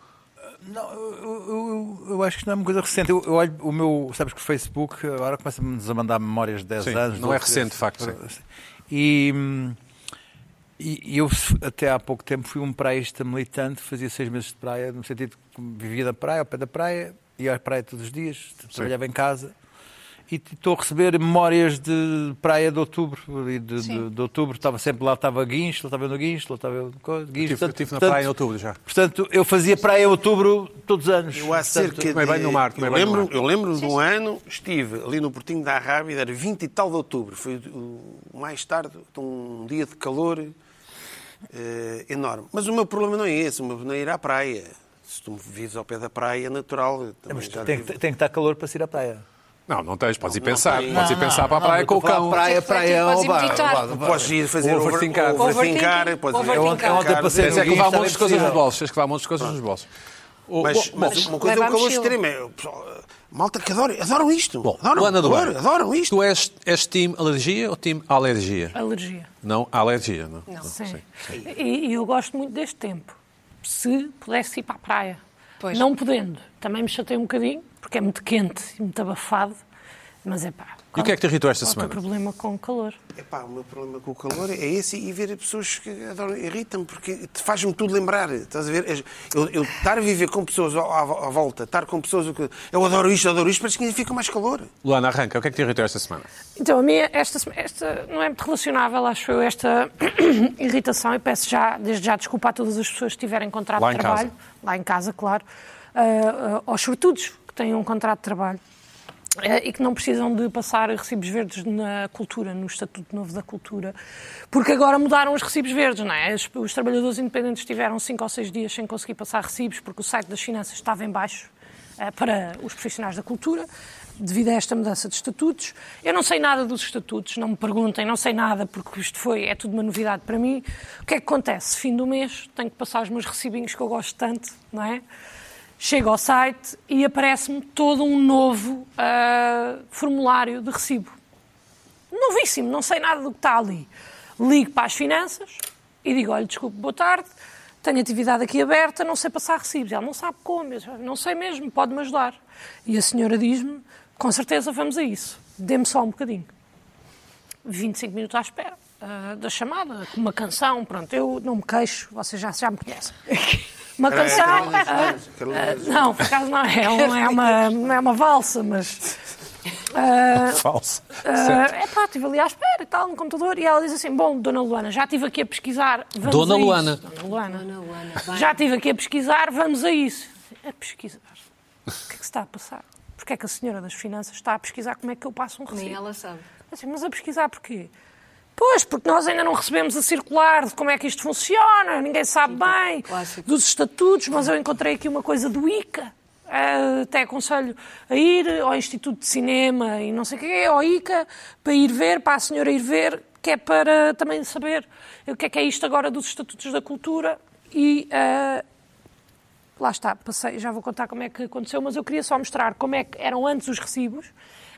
Speaker 5: Não, eu, eu- eu acho que não é uma coisa recente. Eu, eu olho o meu, sabes que o Facebook agora começa-nos a mandar memórias de 10
Speaker 1: Sim,
Speaker 5: anos.
Speaker 1: não é
Speaker 5: 12,
Speaker 1: recente, de facto,
Speaker 5: E, hum, e eu se- até há pouco tempo fui um praísta militante, fazia seis meses de praia, no sentido que vivia da praia, ao pé da praia, ia à praia todos os dias, trabalhava em casa. E t- estou a receber memórias de praia de outubro. e De, de, de outubro estava sempre lá, estava guincho, lá estava eu no guincho, lá estava eu no coisa, guincho.
Speaker 1: Estive,
Speaker 5: portanto-
Speaker 1: estive na
Speaker 5: portanto,
Speaker 1: praia em outubro já.
Speaker 5: Portanto, eu fazia praia em outubro todos os anos.
Speaker 2: Eu há cerca de...
Speaker 1: tomei banho no mar, tomei
Speaker 2: eu
Speaker 1: banho no
Speaker 2: lembro,
Speaker 1: mar.
Speaker 2: eu lembro de um ano, estive ali no Portinho da Arrábida, era 20 e tal de outubro, foi o- o mais tarde, um dia de calor eh, enorme. Mas o meu problema não é esse, o meu problema é ir à praia. Se tu me vives ao pé da praia, é natural. eu também
Speaker 5: Mas
Speaker 2: já
Speaker 5: tem,
Speaker 2: vivo-
Speaker 5: que- tem que estar calor para se ir à praia.
Speaker 1: Não, não tens, podes ir
Speaker 2: Não,
Speaker 1: pensar.
Speaker 2: não,
Speaker 1: podes ir
Speaker 5: não,
Speaker 1: pensar para a
Speaker 5: não,
Speaker 1: praia
Speaker 5: não,
Speaker 1: com o
Speaker 5: estou a
Speaker 1: cão.
Speaker 5: falar praia, praia,
Speaker 4: Podes
Speaker 5: ao bar,
Speaker 4: meditar.
Speaker 5: ao bar, ao bar.
Speaker 2: Podes ir fazer over-
Speaker 1: Overthinking.
Speaker 2: overthinking,
Speaker 4: Overthinking.
Speaker 2: podes ir
Speaker 5: Eu ontem, ontem
Speaker 2: overthinking.
Speaker 5: passei
Speaker 1: Tens é
Speaker 5: no
Speaker 1: que levar
Speaker 5: Insta,
Speaker 1: montes de
Speaker 5: é
Speaker 1: coisas nos
Speaker 5: possível.
Speaker 1: bolsos. Tens que levar montes de coisas nos bolsos. O-
Speaker 2: Mas,
Speaker 1: bom,
Speaker 2: mas
Speaker 1: bom,
Speaker 2: uma coisa é o
Speaker 4: leva a
Speaker 2: calor
Speaker 4: mochila.
Speaker 2: extremo. é, pessoal, Malta que adora, adoram isto.
Speaker 1: bom,
Speaker 2: adoram,
Speaker 1: Luana do
Speaker 2: adoram,
Speaker 1: Bar,
Speaker 2: adoram isto.
Speaker 1: Tu és, és time alergia ou time alergia?
Speaker 3: Alergia.
Speaker 1: Não, alergia, não? Não,
Speaker 3: Sim. E, e eu gosto muito deste tempo. Se pudesse ir para a praia.
Speaker 4: Pois.
Speaker 3: Não podendo. Também me chatei um bocadinho, porque é muito quente e muito abafado. Mas é pá.
Speaker 1: E o que é que te irritou esta
Speaker 3: qual é o
Speaker 1: semana?
Speaker 3: teu problema com o calor?
Speaker 2: Epá, o meu problema com o calor é esse e ver pessoas que adoram, irritam-me, porque te faz-me tudo lembrar. Estás a ver? Eu, eu estar a viver com pessoas à, à- à volta, estar com pessoas. que- Eu adoro isto, adoro isto, parece que ainda fica mais
Speaker 3: [LAUGHS]
Speaker 2: calor.
Speaker 1: Luana, arranca. O que é que te irritou esta semana?
Speaker 3: Então, a minha, esta, esta não é muito relacionável, acho eu, esta [COUGHS] irritação. E peço já, desde já desculpa a todas as pessoas que tiverem contrato
Speaker 1: Lá em
Speaker 3: de trabalho.
Speaker 1: casa.
Speaker 3: Lá em casa, claro. ah, ah, aos sortudos que têm um contrato de trabalho. eh, e que não precisam de passar recibos verdes na cultura, no Estatuto Novo da Cultura, porque agora mudaram os recibos verdes, não é? Os, os trabalhadores independentes tiveram cinco ou seis dias sem conseguir passar recibos porque o site das finanças estava em baixo eh, para os profissionais da cultura, devido a esta mudança de estatutos. Eu não sei nada dos estatutos, não me perguntem, não sei nada, porque isto foi, é tudo uma novidade para mim. O que é que acontece? Fim do mês, tenho que passar os meus recibinhos que eu gosto tanto, não é? Chego ao site e aparece-me todo um novo ah, formulário de recibo. Novíssimo, não sei nada do que está ali. Ligo para as finanças e digo: olha, desculpe, boa tarde, tenho atividade aqui aberta, não sei passar recibos. Ela não sabe como, eu não sei mesmo, pode-me ajudar. E a senhora diz-me: com certeza vamos a isso, dê-me só um bocadinho. 25 minutos à espera ah, da chamada, com uma canção, pronto, eu não me queixo, vocês já, já me conhecem. Uma canção.
Speaker 2: um-
Speaker 3: ah, ah, não, por acaso não é, um- é uma, não é uma valsa, mas. ah,
Speaker 1: Falso.
Speaker 3: ah, é pá, estive ali à espera e tal, no computador, e ela diz assim: Bom, Dona Luana, já estive aqui a pesquisar. Vamos
Speaker 1: Dona
Speaker 3: a isso."
Speaker 1: Luana.
Speaker 3: Dona Luana.
Speaker 4: Ana Luana, vai.
Speaker 3: Já estive aqui a pesquisar, vamos a isso. A pesquisar. O que é que se está a passar? Porquê é que a senhora das finanças está a pesquisar como é que eu passo um
Speaker 4: Nem
Speaker 3: recibo?
Speaker 4: ela sabe.
Speaker 3: Assim, mas a pesquisar porquê? Pois, porque nós ainda não recebemos a circular de como é que isto funciona, ninguém sabe bem
Speaker 4: clássico.
Speaker 3: dos estatutos, mas eu encontrei aqui uma coisa do ICA. Ah, até aconselho a ir ao Instituto de Cinema e não sei o quê, é ao ICA, para ir ver, para a senhora ir ver, que é para também saber o que é que é isto agora dos estatutos da cultura e ah, lá está, passei, já vou contar como é que aconteceu, mas eu queria só mostrar como é que eram antes os recibos.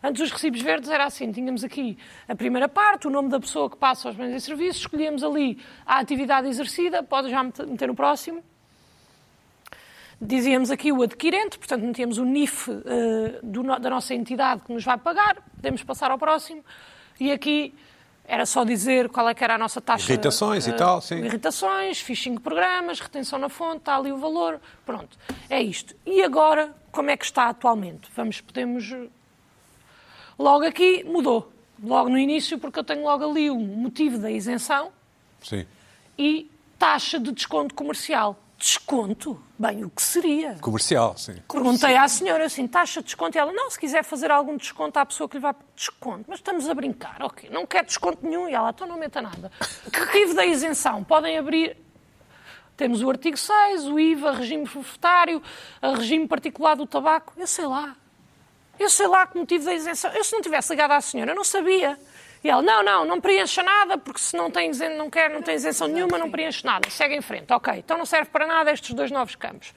Speaker 3: Antes os recibos verdes era assim, tínhamos aqui a primeira parte, o nome da pessoa que passa aos bens e serviços, escolhíamos ali a atividade exercida, pode já met- meter no próximo. Dizíamos aqui o adquirente, portanto metíamos o NIF eh, do no- da nossa entidade que nos vai pagar, podemos passar ao próximo. E aqui era só dizer qual é que era a nossa taxa.
Speaker 1: Irritações e
Speaker 3: eh,
Speaker 1: tal, sim.
Speaker 3: irritações, fiz cinco programas, retenção na fonte, está ali o valor, pronto, é isto. E agora, como é que está atualmente? Vamos, podemos... eh, Logo aqui mudou, logo no início, porque eu tenho logo ali o motivo da isenção
Speaker 1: Sim.
Speaker 3: e taxa de desconto comercial. Desconto? Bem, o que seria?
Speaker 1: Comercial, sim.
Speaker 3: Perguntei à senhora assim, taxa de desconto? E ela, não, se quiser fazer algum desconto à pessoa que lhe vai... Desconto? Mas estamos a brincar, ok. Não quer desconto nenhum. E ela, então não meta nada. [LAUGHS] Que crivo da isenção? Podem abrir... Temos o artigo 6, o IVA, regime forfetário, a regime particular do tabaco. Eu sei lá. Eu sei lá que motivo da isenção. Eu se não tivesse ligado à senhora, eu não sabia. E ela, não, não, não preencha nada, porque se não tem, isen- não quer, não tem isenção nenhuma, não preenche nada. Segue em frente. Ok, então não serve para nada estes dois novos campos.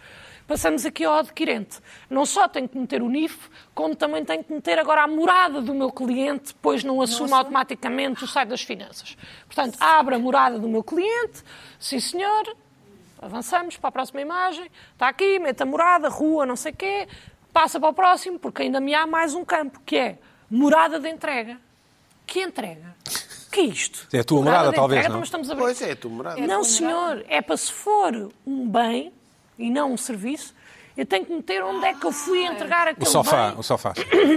Speaker 3: Passamos aqui ao adquirente. Não só tenho que meter o NIF, como também tenho que meter agora a morada do meu cliente, pois não assume automaticamente o site das finanças. Portanto, abre a morada do meu cliente, sim senhor, avançamos para a próxima imagem, está aqui, mete a morada, rua, não sei o quê, passa para o próximo, porque ainda me há mais um campo, que é morada de entrega. Que entrega? Que é isto?
Speaker 1: É a tua morada,
Speaker 3: de
Speaker 1: talvez,
Speaker 3: entrega,
Speaker 1: não?
Speaker 3: mas estamos a abrir.
Speaker 2: Pois é, é tu morada.
Speaker 3: Não, senhor, é para se for um bem e não um serviço, eu tenho que meter onde é que eu fui entregar
Speaker 1: O
Speaker 3: aquele
Speaker 1: sofá,
Speaker 3: bem
Speaker 1: o sofá.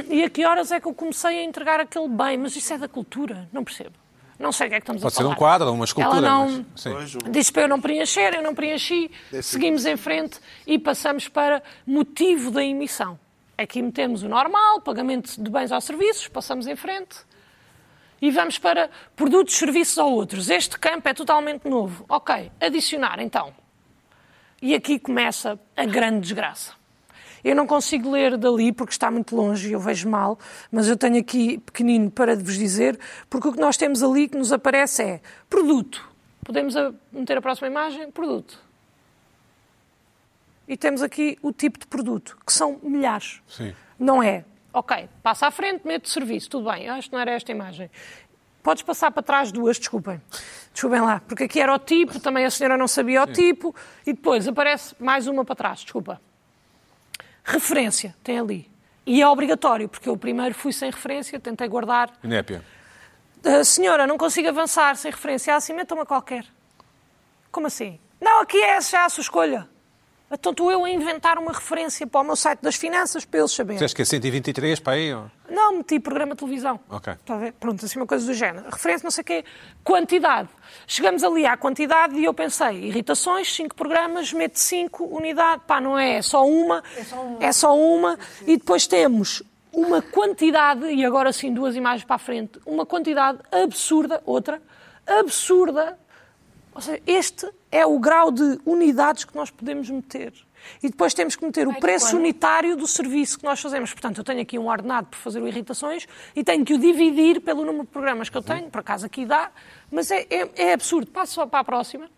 Speaker 3: e a que horas é que eu comecei a entregar aquele bem. Mas isso é da cultura, não percebo. Não sei o que é que estamos
Speaker 1: Pode
Speaker 3: a
Speaker 1: ser
Speaker 3: falar.
Speaker 1: um quadro, uma escultura.
Speaker 3: Ela não...
Speaker 1: mas- sim.
Speaker 2: Pois, o-
Speaker 3: Disse para eu não preencher, eu não preenchi, seguimos em frente e passamos para motivo da emissão. Aqui metemos o normal, pagamento de bens ou serviços, passamos em frente e vamos para produtos, serviços ou outros. Este campo é totalmente novo. Ok, adicionar então. E aqui começa a grande desgraça. Eu não consigo ler dali porque está muito longe e eu vejo mal, mas eu tenho aqui pequenino para vos dizer, porque o que nós temos ali que nos aparece é produto. Podemos a- meter a próxima imagem? Produto. E temos aqui o tipo de produto, que são milhares.
Speaker 1: Sim.
Speaker 3: Não é, ok, passa à frente, mete serviço, tudo bem, acho que não era esta imagem. Podes passar para trás duas, desculpem. Desculpem lá, porque aqui era o tipo, também a senhora não sabia o tipo, e depois aparece mais uma para trás, desculpa. Referência, tem ali. E é obrigatório, porque eu primeiro fui sem referência, tentei guardar.
Speaker 1: Inépia.
Speaker 3: "Ah, senhora, não consigo avançar sem referência. Ah, sim, meta uma qualquer. Como assim? Não, aqui é já a sua escolha. Então estou eu a inventar uma referência para o meu site das finanças para eles saberem.
Speaker 1: Dizeste que é 123 para aí? ou-
Speaker 3: Não, meti programa de televisão.
Speaker 1: Ok.
Speaker 3: Está a ver? Pronto, assim uma coisa do género. Referência, não sei o quê. Quantidade. Chegamos ali à quantidade e eu pensei, irritações, cinco programas, mete cinco, unidade. Pá, não é, é só uma. É só uma. E depois temos uma quantidade, e agora sim duas imagens para a frente, uma quantidade absurda, outra, absurda ou seja, este é o grau de unidades que nós podemos meter. E depois temos que meter o preço unitário do serviço que nós fazemos. Portanto, eu tenho aqui um ordenado por fazer o irritações e tenho que o dividir pelo número de programas que eu tenho, por acaso aqui dá, mas é, é- é absurdo. Passo só para a próxima.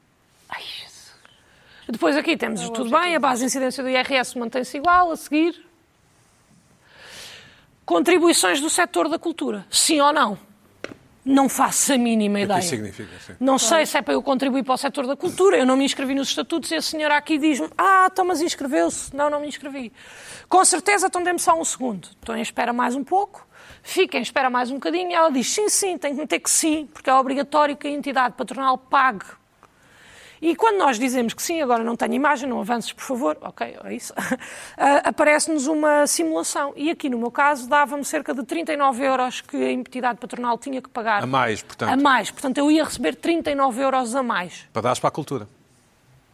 Speaker 3: Ai, Jesus. Depois aqui temos É o tudo bem, a base de incidência do IRS mantém-se igual, a seguir. Contribuições do setor da cultura, sim ou não? Não faço a mínima
Speaker 1: O que
Speaker 3: ideia.
Speaker 1: isso significa? Sim.
Speaker 3: Não sei se é para eu contribuir para o setor da cultura, eu não me inscrevi nos estatutos e a senhora aqui diz-me: Ah, então, mas inscreveu-se. Não, não me inscrevi. Com certeza, então dê-me só um segundo. Estou em espera mais um pouco, fiquem, espera mais um bocadinho. E ela diz: Sim, sim, tem que meter que sim, porque é obrigatório que a entidade patronal pague. E quando nós dizemos que sim, agora não tenho imagem, não avances, por favor, ok, é isso, [LAUGHS] Ah, aparece-nos uma simulação. E aqui, no meu caso, dava-me cerca de 39 euros que a entidade patronal tinha que pagar.
Speaker 1: A mais, portanto.
Speaker 3: A mais, portanto, eu ia receber 39 euros a mais.
Speaker 1: Para dares para a cultura.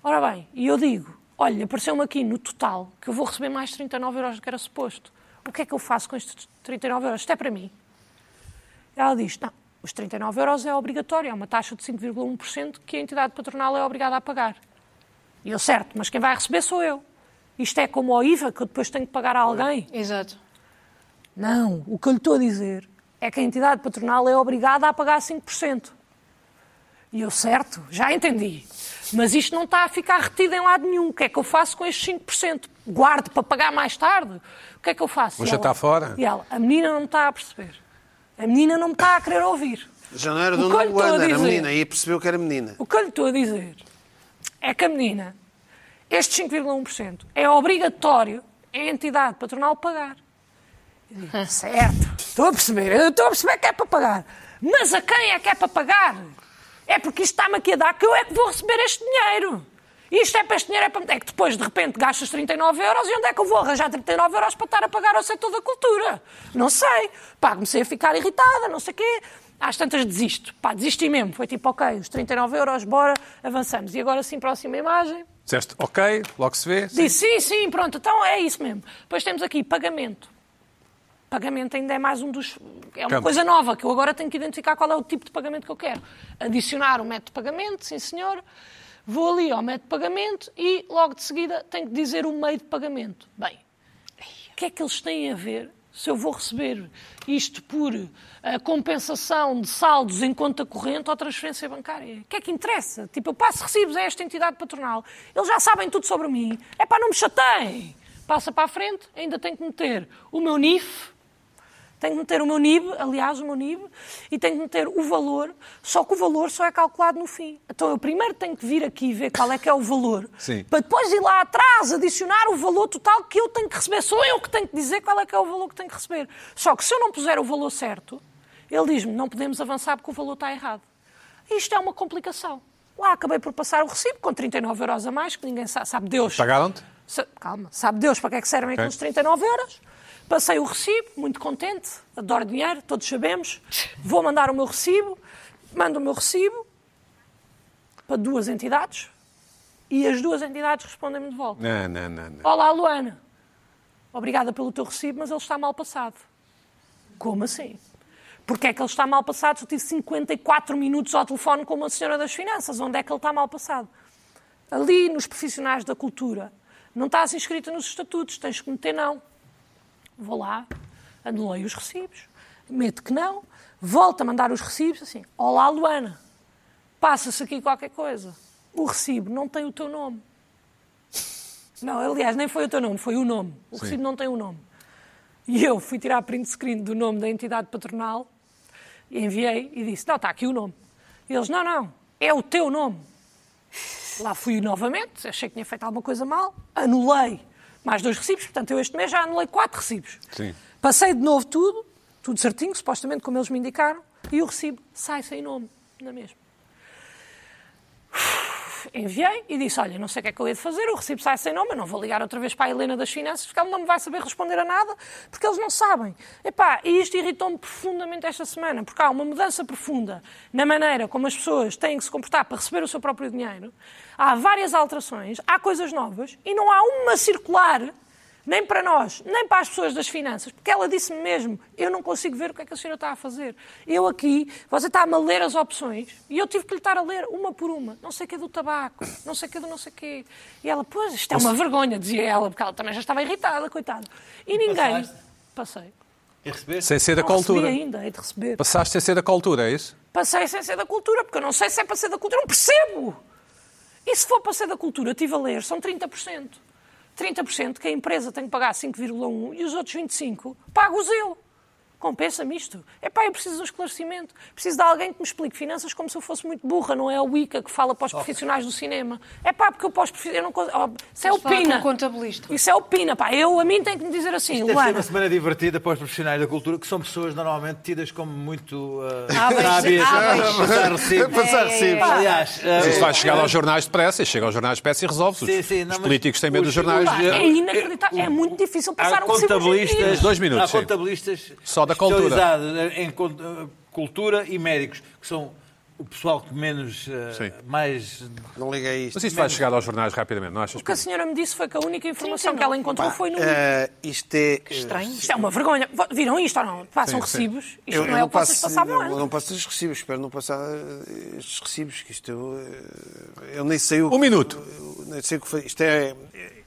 Speaker 3: Ora bem, e eu digo, olha, apareceu-me aqui no total que eu vou receber mais 39 euros do que era suposto. O que é que eu faço com estes 39 euros? Isto é para mim. Ela diz, não, os 39 euros é obrigatório, é uma taxa de 5,1% que a entidade patronal é obrigada a pagar. E eu, certo, mas quem vai receber sou eu. Isto é como o IVA que eu depois tenho que pagar a alguém.
Speaker 4: Exato.
Speaker 3: Não, o que eu lhe estou a dizer é que a entidade patronal é obrigada a pagar 5%. E eu, certo, já entendi. Mas isto não está a ficar retido em lado nenhum. O que é que eu faço com estes 5%? Guardo para pagar mais tarde? O que é que eu faço?
Speaker 1: Mas
Speaker 3: E
Speaker 1: já
Speaker 3: ela-
Speaker 1: está fora.
Speaker 3: E ela, a menina não me está a perceber. A menina não me está a querer ouvir.
Speaker 2: Já não era
Speaker 3: O
Speaker 2: do
Speaker 3: que eu lhe
Speaker 2: novo
Speaker 3: estou
Speaker 2: ano,
Speaker 3: a
Speaker 2: era
Speaker 3: dizer?
Speaker 2: menina. Aí percebeu que era menina.
Speaker 3: O que eu lhe estou a dizer é que a menina, este 5,1%, é obrigatório a entidade patronal pagar. Eu digo, certo, estou a perceber, eu estou a perceber que é para pagar. Mas a quem é que é para pagar? É porque isto está-me aqui a dar que eu é que vou receber este dinheiro. Isto é para este dinheiro, é, para... é que depois de repente gastas 39 euros e onde é que eu vou arranjar 39 euros para estar a pagar ao setor da cultura? Não sei. Pá, comecei a ficar irritada, não sei o quê. Às tantas desisto. Pá, desisti mesmo. Foi tipo, ok, os 39 euros, bora, avançamos. E agora sim, próxima imagem.
Speaker 1: Dizeste, ok, logo se vê.
Speaker 3: Disse, sim, sim, pronto, então é isso mesmo. Depois temos aqui pagamento. Pagamento ainda é mais um dos. É uma
Speaker 1: Campos.
Speaker 3: coisa nova que eu agora tenho que identificar qual é o tipo de pagamento que eu quero. Adicionar o método de pagamento, sim senhor. Vou ali ao método de pagamento e logo de seguida tenho que dizer o meio de pagamento. Bem, o que é que eles têm a ver? se eu vou receber isto por ah, compensação de saldos em conta corrente ou transferência bancária. O que é que interessa? Tipo, eu passo recibos a esta entidade patronal, eles já sabem tudo sobre mim. É para não me chateiem. Passa para a frente, ainda tenho que meter o meu NIF, tenho que meter o meu NIB, aliás, o meu NIB, e tenho que meter o valor, só que o valor só é calculado no fim. Então eu primeiro tenho que vir aqui ver qual é que é o valor,
Speaker 1: Sim.
Speaker 3: para depois ir lá atrás adicionar o valor total que eu tenho que receber. Sou eu que tenho que dizer qual é que é o valor que tenho que receber. Só que se eu não puser o valor certo, ele diz-me, não podemos avançar porque o valor está errado. Isto é uma complicação. Lá acabei por passar o recibo com 39 euros a mais, que ninguém sabe, sabe Deus.
Speaker 1: Pagaram-te?
Speaker 3: Sa- Calma, sabe Deus para que é que servem aqueles 39 euros. Passei o recibo, muito contente, adoro dinheiro, todos sabemos. Vou mandar o meu recibo, mando o meu recibo para duas entidades e as duas entidades respondem-me de volta.
Speaker 2: Não, não, não. não.
Speaker 3: Olá, Luana. Obrigada pelo teu recibo, mas ele está mal passado. Como assim? Porque é que ele está mal passado? Eu tive 54 minutos ao telefone com uma senhora das finanças. Onde é que ele está mal passado? Ali nos profissionais da cultura. Não estás inscrita nos estatutos, tens que meter não. Vou lá, anulei os recibos, meto que não, volto a mandar os recibos, assim, olá Luana, passa-se aqui qualquer coisa. O recibo não tem o teu nome. Não, aliás, nem foi o teu nome, foi o nome. O recibo não tem o nome. E eu fui tirar print screen do nome da entidade patronal, e enviei e disse: Não, está aqui o nome. E eles: Não, não, é o teu nome. Lá fui novamente, achei que tinha feito alguma coisa mal, anulei mais dois recibos, portanto eu este mês já anulei quatro recibos.
Speaker 1: Sim.
Speaker 3: Passei de novo tudo, tudo certinho, supostamente como eles me indicaram, e o recibo sai sem nome, na mesma. Enviei e disse: Olha, não sei o que é que eu hei de fazer, o recibo sai sem nome, eu não vou ligar outra vez para a Helena das Finanças, porque ela não me vai saber responder a nada, porque eles não sabem. Epá, e isto irritou-me profundamente esta semana, porque há uma mudança profunda na maneira como as pessoas têm que se comportar para receber o seu próprio dinheiro. Há várias alterações, há coisas novas e não há uma circular. Nem para nós, nem para as pessoas das finanças, porque ela disse-me mesmo: eu não consigo ver o que é que a senhora está a fazer. Eu aqui, você está-me a ler as opções e eu tive que lhe estar a ler uma por uma. Não sei o que é do tabaco, não sei o que é do não sei o quê. E ela, pois, isto é uma vergonha, dizia ela, porque ela também já estava irritada, coitada. E ninguém.
Speaker 5: passaste?
Speaker 3: Passei.
Speaker 5: E recebeste?
Speaker 1: Sem ser da
Speaker 3: Não recebi
Speaker 1: cultura.
Speaker 3: ainda, hei de receber.
Speaker 1: Passaste sem ser da cultura, é isso?
Speaker 3: Passei sem ser da cultura, porque eu não sei se é para ser da cultura, eu não percebo. E se for para ser da cultura, estive a ler, são 30%. 30% que a empresa tem que pagar 5,1% e os outros 25% pago-os eu. Compensa-me isto. É pá, eu preciso de um esclarecimento. Preciso de alguém que me explique finanças como se eu fosse muito burra, não é a Wicca que fala para os profissionais do cinema. É pá, porque eu posso. Eu não, cons- oh, isso é
Speaker 4: Tens
Speaker 3: o
Speaker 4: de falar com
Speaker 3: Pina.
Speaker 4: um contabilista.
Speaker 3: Isso é o Pina, pá. Eu, a mim, tem que me dizer assim,
Speaker 5: Deve ser
Speaker 3: Luana.
Speaker 5: uma semana divertida para os profissionais da cultura, que são pessoas normalmente tidas como muito ah,
Speaker 4: Hábeis,
Speaker 5: sábias,
Speaker 4: hábeis.
Speaker 5: passar
Speaker 4: É,
Speaker 5: recibos.
Speaker 2: Passar recibos.
Speaker 5: Aliás, ah,
Speaker 1: Mas vai chegar aos jornais de pressa e chega aos jornais de pressa e resolve
Speaker 5: Sim, sim, não,
Speaker 1: Os
Speaker 5: mas
Speaker 1: políticos têm medo dos
Speaker 5: os-
Speaker 1: jornais.
Speaker 3: Pá, é inacreditável. É muito difícil
Speaker 5: há
Speaker 3: passar um recibo hoje em dia.
Speaker 5: contabilistas,
Speaker 1: Dois minutos,
Speaker 5: há
Speaker 1: sim.
Speaker 5: contabilistas
Speaker 1: Só da cultura.
Speaker 5: especializados em con- eh, cultura e médicos, que são o pessoal que menos, eh,
Speaker 1: Sim.
Speaker 5: mais...
Speaker 2: Não liga a isto.
Speaker 1: Mas isto vai chegar aos jornais rapidamente, não achas?
Speaker 3: O que a senhora me disse foi que a única informação que ela encontrou foi no.
Speaker 5: eh,
Speaker 2: Ah, isto é.
Speaker 4: Estranho.
Speaker 3: Isto é uma vergonha. Vo- Viram isto ou não? Passam
Speaker 1: Sim, sim.
Speaker 3: recibos. Isto
Speaker 2: Eu,
Speaker 3: não
Speaker 2: eu
Speaker 3: é
Speaker 2: não
Speaker 3: o que vocês
Speaker 2: passo,
Speaker 3: passavam
Speaker 2: eu
Speaker 3: antes.
Speaker 2: não passo estes recibos, espero não passar eh, estes recibos, que isto eu, eh, eu nem sei o
Speaker 1: Um minuto.
Speaker 2: eu nem sei o que fazer. Isto é,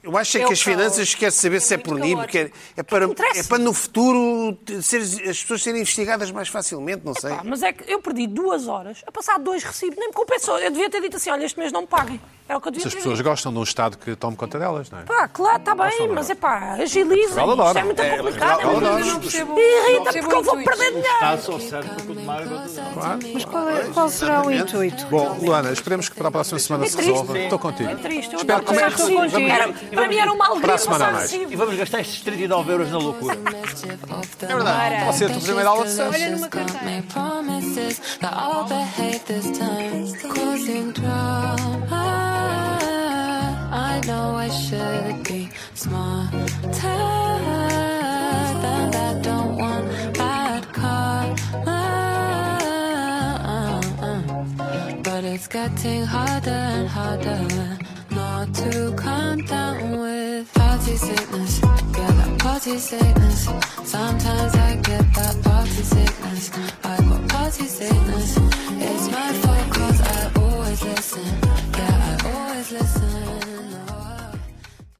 Speaker 2: eu acho é
Speaker 4: É
Speaker 2: que
Speaker 4: o
Speaker 2: as
Speaker 4: caos.
Speaker 2: finanças quer saber
Speaker 4: É
Speaker 2: se é
Speaker 4: muito
Speaker 2: por nível,
Speaker 4: calórico.
Speaker 2: quer, é, para,
Speaker 3: interessa.
Speaker 2: é para no futuro te- ser- as pessoas serem investigadas mais facilmente, não sei.
Speaker 3: Pá, mas é que eu perdi duas horas a passar dois recibos. Nem me compensou. Eu devia ter dito assim: olha, este mês não me paguem. Era o que eu devia
Speaker 1: As
Speaker 3: ter
Speaker 1: pessoas
Speaker 3: dito.
Speaker 1: gostam de um Estado que tome conta delas, não é?
Speaker 3: Pá, claro, está bem, mas é pá, agiliza.
Speaker 1: Portugal
Speaker 3: Isto
Speaker 1: adora.
Speaker 3: é muito
Speaker 1: É, Portugal
Speaker 3: complicado. é muito-
Speaker 1: adora.
Speaker 4: Eu não percebo-
Speaker 3: E
Speaker 4: não
Speaker 3: irrita
Speaker 4: percebo
Speaker 3: porque eu
Speaker 4: o
Speaker 3: vou
Speaker 4: intuito.
Speaker 3: perder dinheiro.
Speaker 5: Está só certo para continuar a doutora.
Speaker 4: Mas qual, é- qual será o intuito?
Speaker 1: Bom, Luana, esperemos que para a próxima semana se resolva. Estou contigo.
Speaker 3: É triste. Eu
Speaker 1: Espero
Speaker 3: adoro passar
Speaker 1: que também-
Speaker 3: recibos.
Speaker 1: Vamos-
Speaker 3: assim. Era- Para mim era uma alegria
Speaker 1: Para a semana
Speaker 3: passar
Speaker 1: a mais.
Speaker 5: E
Speaker 3: recibos.
Speaker 5: vamos gastar estes 39 euros na loucura.
Speaker 6: É
Speaker 1: verdade. Pode ser a tua primeira aula de surf.
Speaker 6: Olha numa carteira. I know I should be smarter than that. Don't want bad karma. Ah, But it's getting harder and harder not to calm down with party sickness. Get that party sickness. Sometimes I get that party sickness. I got party sickness. Oh,